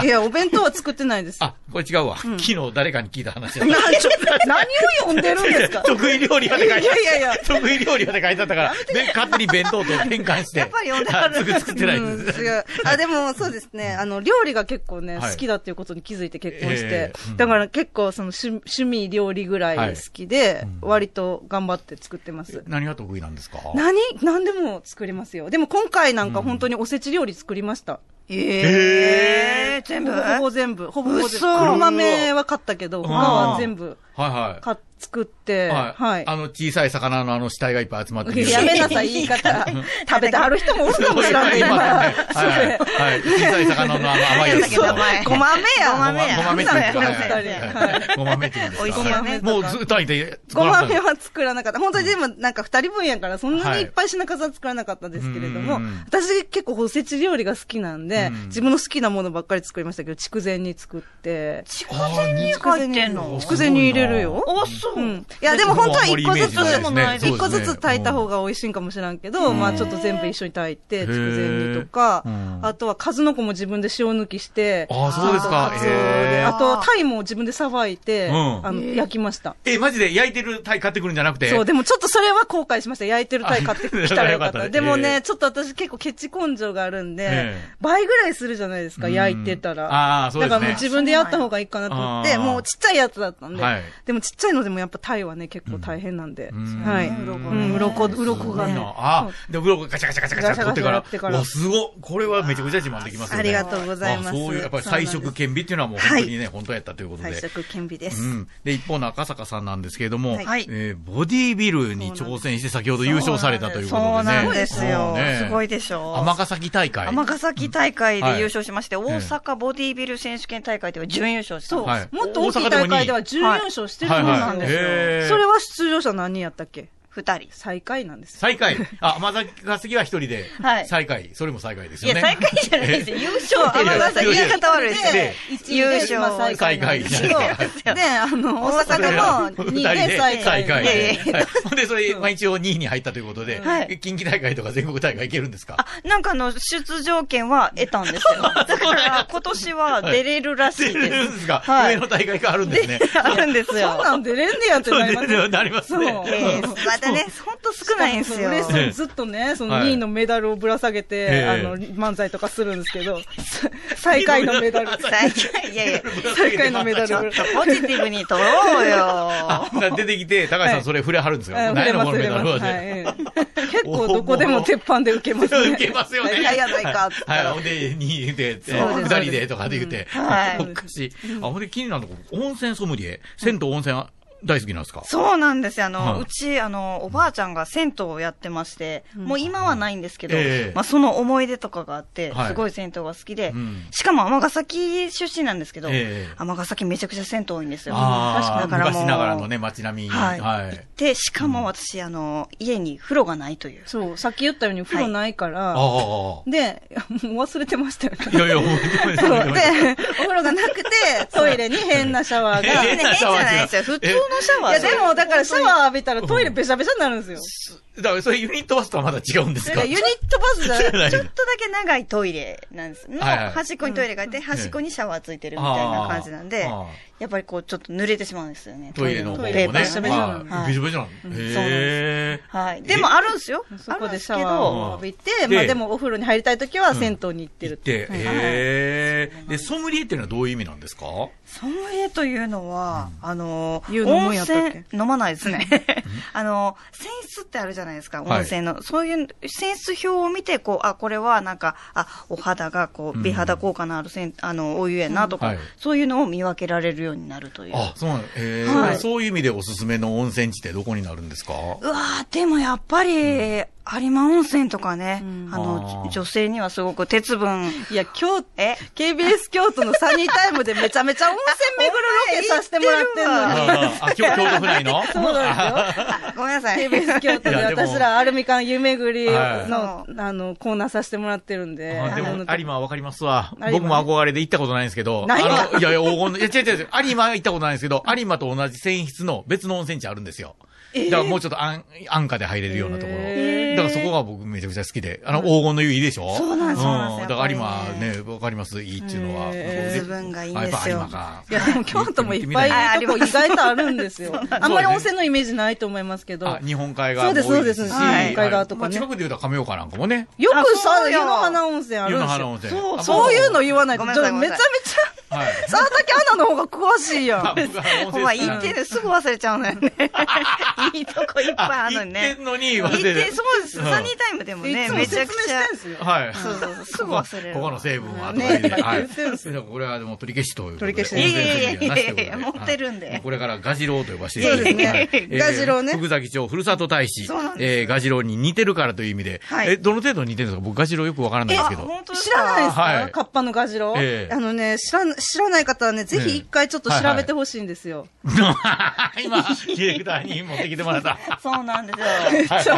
E: ん
C: いや、お弁当は作ってないです。
E: あ、これ違うわ。昨日誰かに聞いた話だった。
C: 何ちょ何を読んでるんですか
E: 得意料理屋で書いてあった。
C: いやいやいや
E: 得意料理屋で書いてあったから、で、勝手に弁当と転換して。やっ
D: ぱり呼んではる
E: 作ってない
C: うん、
E: んです。
C: 違う。あ、でも、そうですね。あの、料理が結構ね、
E: はい
C: 好きだっていうことに気づいて結婚し
E: え
C: て
E: えうん。
C: だから結構、その趣、趣味料理ぐらい好きで、割と頑張って作ってます。
E: 何が得意なんですか
C: 何何でも作りますよ。でも今回なんか本当におせち料理作りました。
D: えー、全部
C: ほぼほぼ全部。ほぼほぼ全部。
D: 嘘
C: 黒豆は買ったけど、他は全部
E: はいはい。
C: 買っ作って、
E: は。
C: はいい。
E: あの、小さい魚のあの死体がいっぱい集まってる
C: やめなさい、言い方。 食べてはる人もおるかもしれない
E: 今
C: 今。
E: はい。はいはい。小さい魚のあの甘いやつ。
D: そ
C: そうう
D: 名前、
C: ごまめや。
E: ごまめやごまめって言うんですか
C: ごまめ
E: はい
C: はい
E: ごまめって言うんですか
D: 美味しいよね
E: もうずっといて、
C: ごまめ
E: は。
C: は作らなかった。本当にでもなんか二人分やから、そんなにいっぱい品数は作らなかったですけれども、
E: はいうん
C: 私結構おせち料理が好きなんで、
E: うん
C: 自分の好きなものばっかり作りましたけど、筑前煮作って。
D: 筑前煮書いてんの
C: 筑前煮入れるよ。
D: あ、そうう。
C: ん。いや、でも本当は一個ずつ、
E: 僕もあんまりイメージないですね
C: 一個ずつ炊いた方
E: が。
C: が美味しいんかもしらんけど、まあちょっと全部一緒に炊いて、筑前煮とか
E: へーう、ん
C: あとは数の子も自分で塩抜きして、
E: あ、そうですか。へ
C: あと、タイも自分でさばいて、
E: うん
C: あの、焼きました。
E: え。え、マジで焼いてるタイ買ってくるんじゃなくて。
C: そう、でもちょっとそれは後悔しました。焼いてるタイ買ってきたらよかっ
E: あよかった
C: た。
E: ね
C: でも
E: え
C: ね
E: え、
C: ちょっと私結構ケチ根性があるんで、
E: ええ
C: 倍ぐらいするじゃないですか、
E: うん
C: 焼いてたら。
E: ああそうですね
C: だからもう自分でやった方がいいかなと思っ
E: あ
C: て、
E: あ
C: もうちっちゃいやつだったんで。
E: はい
C: でもちっちゃいのでもやっぱタイはね、結構大変なんで。
E: うん
C: はい。
E: 鱗
C: うん、鱗、鱗が
E: いい
C: ね
E: な。あ、で、ブロックガチャガチャガチャガチャ取ってから。
C: ガチャガチャやってから
E: わ、すごっこれはめちゃくちゃ自慢できますよね。
G: ありがとうございます
E: あそういう、やっぱり菜食顕微っていうのはもう本当にね、本当やったということで。
G: 退職顕微で
E: う
G: す。
E: ん。で、一方の赤坂さんなんですけれども、
D: はい
E: えーボディービルに挑戦して先ほど優勝されたということでね。
D: そうなんです
E: もう
D: よ。
E: ね
D: すごいでしょ。
E: 尼崎大会。
D: 尼崎大会で優勝しまして、大阪ボディビル選手権大会では準優勝した
C: そう、
E: はい
C: もっと大きい大会では準優勝してるそうなんですよ。
E: はいはいへえ
C: それは出場者何人やったっけ
D: 二人。
C: 最下位なんですよ。
E: 最下位。あ、尼崎は一人で。
D: はい
E: 最下位。それも最下位です
D: い
E: よ
D: や、
E: ね。
D: 最下位じゃないですよ。優勝って
E: いやいや
D: 尼崎言い方悪いです
E: で
D: ね。
C: 1
D: 優
C: 位で
D: 勝
C: 今最下位なんですけど
E: 最下位
C: で、あ の、大阪の2
E: 二人
C: 位
E: で
C: で最下
E: 最
C: 位。
E: 下位
D: いやい
E: で
D: や。
E: はいほんで、それ、まあ一応2位に入ったということで
D: はい、
E: 近畿大会とか全国大会いけるんですか
D: あ、なんかあの、出場権は得たんですよ。だから、今年は出れるらし
E: 出
D: い
E: れ
D: で
E: るん
D: す。
E: ですか
D: はい
E: 上の大会があるんですね。
D: あるんですよ。
C: そうなんでレンデやってなりますよ
E: そうなりますね。
C: そう
D: えーまたね、ほんと少ないんですよ。
C: レッスンずっとね、その
E: はい
C: 2位のメダルをぶら下げて、
E: ええ
C: あの、漫才とかするんですけど、 最下位のメダル。
D: 最下位、いやいや、
C: 最下位のメダ
E: ちょっ
C: ル。
D: ポジティブに取ろうよ。
E: あ出てきて、高橋さんそれ触れはるんですか
C: あ触
E: 何
C: れ
E: や
C: ま
E: の
C: す、
E: こ
C: 触
E: のメダル
C: れま
E: は
C: す。はいえ
E: ね。
C: え結構どこでも鉄板で受けますね。
E: 受けますよね。
C: 最下位やないかって。
E: はい、ほんで、2位で、
C: そうです
E: 2人でとかで言って。
D: はい
E: おかしい。あ、ほんで気になるのが、温泉ソムリエ。銭湯温泉大好きなんですか
D: そうなんですよ。あの、
E: はいう
D: ち、あの、おばあちゃんが銭湯をやってまして、もう今はないんですけど、
E: ええ
D: まあ、その思い出とかがあって、
E: はい
D: すごい銭湯が好きで、
E: うん
D: しかも尼崎出身なんですけど、尼、
E: ええ
D: 崎めちゃくちゃ銭湯多いんですよ。
E: ああ、
D: だからもう
E: 昔ながらのね、街並み。
D: はい。
E: は
D: 行っ
E: い。
D: て、しかも私、あの、家に風呂がないという。
C: そう、さっき言ったように風呂ないか
E: あ
C: ら、
E: あ。
C: で、もう忘れてましたよ
E: い
C: ね。
E: やいや、覚えて
C: そう
E: ない
C: で、お風呂がなくて、トイレに変なシャワーが。
E: 変
D: 変
E: なシ
D: じ
E: ャ
D: ゃ
E: ワー
D: ないですよ。普通のシャワ
C: い
D: ー
C: や、
D: で
C: でも、だからシャワー浴びたらトイレべしゃべしゃになるんです
E: だから、それユニットバスとはまだ違うんです
C: よ。
E: か
C: でユニットバスじゃな
E: じゃない
D: ちょっとだけ長いトイレなんです。の、
E: はいはい
D: 端っこにトイレがいて、端っこにシャワーついてるみたいな感じなんで
E: ああ、
D: やっぱりこう、ちょっと濡れてしまうんですよね。
E: トイレの方もね。
C: トイレ
E: は
C: びしゃべしゃなの
E: いびしゃべしゃなの。へえ。
D: はい。でもあるんですよ。
C: そこでシャ
D: あるん
C: ワーを浴びて、
E: で
C: まあでもお風呂に入りたいときは銭湯に行ってる
E: 行っ
C: って。
E: て、へえ。で、ソムリエっていうのはどういう意味なん
D: で
E: ですか
D: すけど、ソムリエというのは、あのー、
C: 言うの
D: 温
C: もやったっけ
D: 泉、飲まないですね。 あの、泉質ってあるじゃないですか、
E: はい
D: 温泉の。そういう泉質表を見て、こう、あ、これはなんか、あ、お肌がこう、美肌効果のあるせん、あの、お湯やなと
E: うん
D: か
E: はい、
D: そういうのを見分けられるようになるという。
E: あ、そうなんへえ
D: はい
E: そういう意味でおすすめの温泉地ってどこになるんですか
D: うわー、でもやっぱり、有馬温泉とかね、あ
E: あ
D: の、じ
E: ー
D: 女性にはすごく鉄分。
C: いや、今日、
D: え
C: KBS 京都のサニータイムでめちゃめちゃ温泉巡るロケさせてもらってん
D: お
C: のに。
E: あ、あ京京都府内の
C: そうなんですよ。
D: ごめんなさい。
C: KBS 京都
E: い
C: で
E: やでも
C: 私らアルミ缶湯巡り
E: は
C: の、あの、コーナーさせてもらってるんで。
E: あで
C: あ
E: も、
C: の
E: 有馬はわかりますわ
C: 有馬。ね
E: 僕も憧れで行ったことないんですけど。
C: ないわ
E: あのいやいや、黄金の、いや 違う違う違う、有馬は行ったことないんですけど、有馬と同じ泉質の別の温泉地あるんですよ。だからもうちょっと安、安価で入れるようなところ。
C: へ
E: だからそこが僕めちゃくちゃ好きで。あの、黄金の湯いいでしょそうなん
D: ですそうなんです
E: だから有
D: やっ
E: 馬
D: ぱり
E: ね、わかりますいいっていうのは。
C: へ
D: ー鉄分がいいん
E: あ
D: ですよ
E: やっぱ有馬か。
C: いや、でも京都もいっぱい
D: はい
C: いいとこ意外とあるんですよ。あんまり温泉のイメージないと思いますけど。
E: あ、日本海側も
C: そうです
E: 多いですし。
C: そうですはい日本海側と
E: ま
C: か
E: あ
C: ね
E: 近くで言うと亀岡なんかもね。
C: よく
D: あそ
C: さ、
D: うよ
C: 湯の花温泉あ
E: 湯
C: るん
E: の
C: です
E: 花温
C: よ。
E: 泉。
C: そう、
E: あ
C: そういうの言わないと、
D: ごめん
C: めち
D: な
C: ゃ
D: さい
C: めちゃ
E: はい。
C: 沢竹アナの方が詳しいやん。
E: 僕は
D: ほら、言ってる、すぐ忘れちゃうのよね。いいとこいっぱいあるのに
E: 言っ
D: ね
E: て。んのに
D: 行
E: 忘
D: っ
E: れ
D: て、
E: る。
D: そうです。サニータイムでもね、めちゃくちゃ。
C: すよ。
E: はい。
D: そうそうそう、すぐ忘れる。
E: ここの成分はとか言って、はい。でこれはでも取り消しということで。
C: 取り消
D: いや
C: し
D: いやいやいやい
E: い
D: や、持ってるんで。
E: これからガジロウと呼ばせてい
C: そうですね
E: はいえー
C: ガジロウね
E: 福崎町ふるさと大使
D: そうなん、
E: えーガジロウに似てるからという意味で
D: は。い
E: え、どの程度似てるんですか僕ガジロウよくわからないですけど。
D: 本当です
C: 知
D: から
C: ないですか、
E: はい
C: カッパのガジロウ、
E: ええ
C: あのね、知らん、知らない方はね、ぜひ一回ちょっと調べてほしいんですよ。
E: 今、ディレクターに持ってきてもらった。
D: そうなんです よ。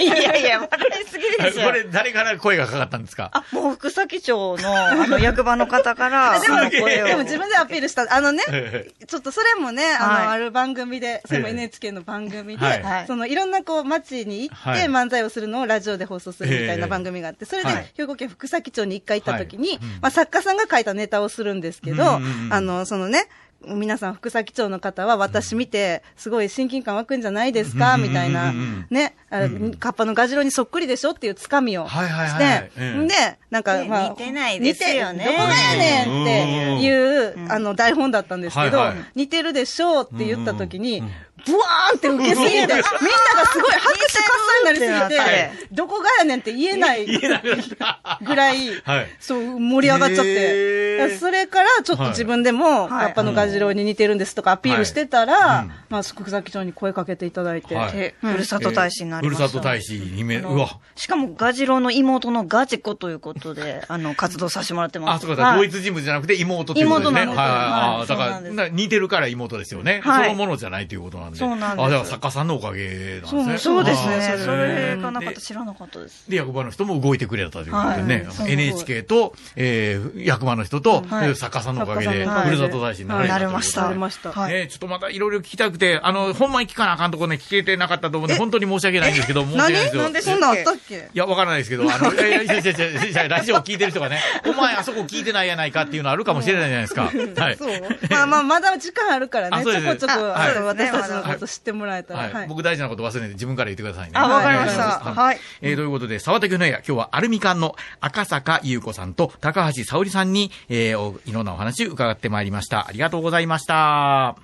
D: いやいや、笑いすぎでしょ
E: こ。れ、誰から声がかかったんですか
D: あ、もう福崎町の、あの、役場の方から、
C: でも、
D: あの声を
C: でも自分でアピールした。あのね、
E: え
C: ちょっとそれもね、あの、
D: はい
C: ある番組で、それも
E: ええ
C: NHK の番組で、
E: はい
D: はい
C: その、いろんなこう、街に行っ
E: はい
C: て漫才をするのをラジオで放送するみたい
E: ええ
C: な番組があって、それで
E: はい、
C: 兵庫県福崎町に一回行った時に、
E: はいうん
C: まあ、作家さんが書いたネタをするんですけど、
E: うんうんうん
C: あの、そのね、皆さん、福崎町の方は私見て、すごい親近感湧くんじゃないですか、
E: うんうんうん
C: みたいな、ね、あカッパのガジロにそっくりでしょっていうつかみを
E: はいはい
C: し
E: はいはい
C: て、
E: ええ
C: で、なんか、
D: ね
C: まあ、
D: 似てないですよね
C: 似てどこがやねんっていう、あの、台本だったんですけど、
E: はいはい
C: 似てるでしょうって言った時に、
E: うん
C: ブ
E: うん
C: ワーンって受けすぎて、みんながすごい拍手喝采になりす
D: はい
C: ぎて、どこがやねんって言えない
E: 言えなくなった。
C: ぐらい、
E: はい
C: そう、盛り上がっちゃっ
E: へー
C: て。だからそれから、ちょっと自分でも、
D: はい
C: カッパのガジロウに似てるんですとかアピールしてたら、
E: はいうん
C: まあ、福崎町に声かけていただいて、
E: はい
D: でふるさと大使になりました。
E: ふるさと大使にめ、うわ。
D: しかも、ガジロウの妹のガチ子ということで、あの、活動させてもらってます。
E: あ、そうか、だ
D: はい
E: 同一人物じゃなくて妹っていうことですね。
D: 妹なの
E: はいはい
D: は
E: あ
D: い
E: だか
D: そうな
E: ら、
D: んです
E: な似てるから妹ですよね。
D: はい
E: そのものじゃないということなんで。
D: そうなんです
E: あ、だから作家さんのおかげなんですね。
D: そうです
E: あ
D: ね。
E: ー
D: それがなかっ
E: で
D: た、知らなかったです。
E: で、役場の人も動いてくれたということでね、
D: はいそう
E: NHK と、えー、役場の人と、
D: はい
E: 作家さんのおかげ
C: 作
E: で、
C: 家
D: さんのお
E: ふ
D: かげ
E: る
D: で
E: さと大使になられた
D: な
E: とい
D: れ
E: うことで
D: ました。
C: なりました
D: はい。
E: ねちょっとまたいろいろ聞きたくて、あの、ほんまに聞かなあかんとこね、聞けてなかったと思うんで、本当に申し訳ないんですけど、申し訳ないですよ。
C: そんなんあったっけ
E: いや、わからないですけど、あの、いやいやいやいやいやいやいや、ラジオ聞いてる人がね、お前あそこ聞いてないやないかっていうのあるかもしれないじゃないですか。はい。
C: そうまあまあ、まだ時間あるから
E: あ
C: ね、ち
E: そう
C: ょ
E: です
C: こちょこ、
E: あ
C: あの
D: そうで
C: 私
D: すね
C: たちのこと知ってもらえたら。
E: は。
C: はいい
E: 僕大事なこと忘れて自分から言ってくださいね。
D: あわかりました
E: はい
D: はい
E: えーということで、沢田君の部屋、今日はアルミ缶の赤坂優子さんと高橋沙織さんに、えーおいろんなお話伺ってまいりました。ありがとうございました。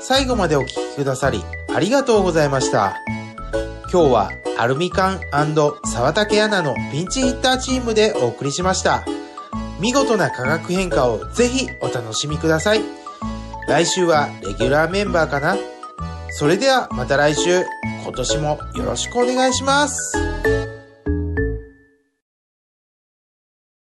B: 最後までお聞きくださりありがとうございました今日はアルミ缶沢竹アナのピンチヒッターチームでお送りしました見事な化学変化をぜひお楽しみください来週はレギュラーメンバーかなそれではまた来週今年もよろしくお願いします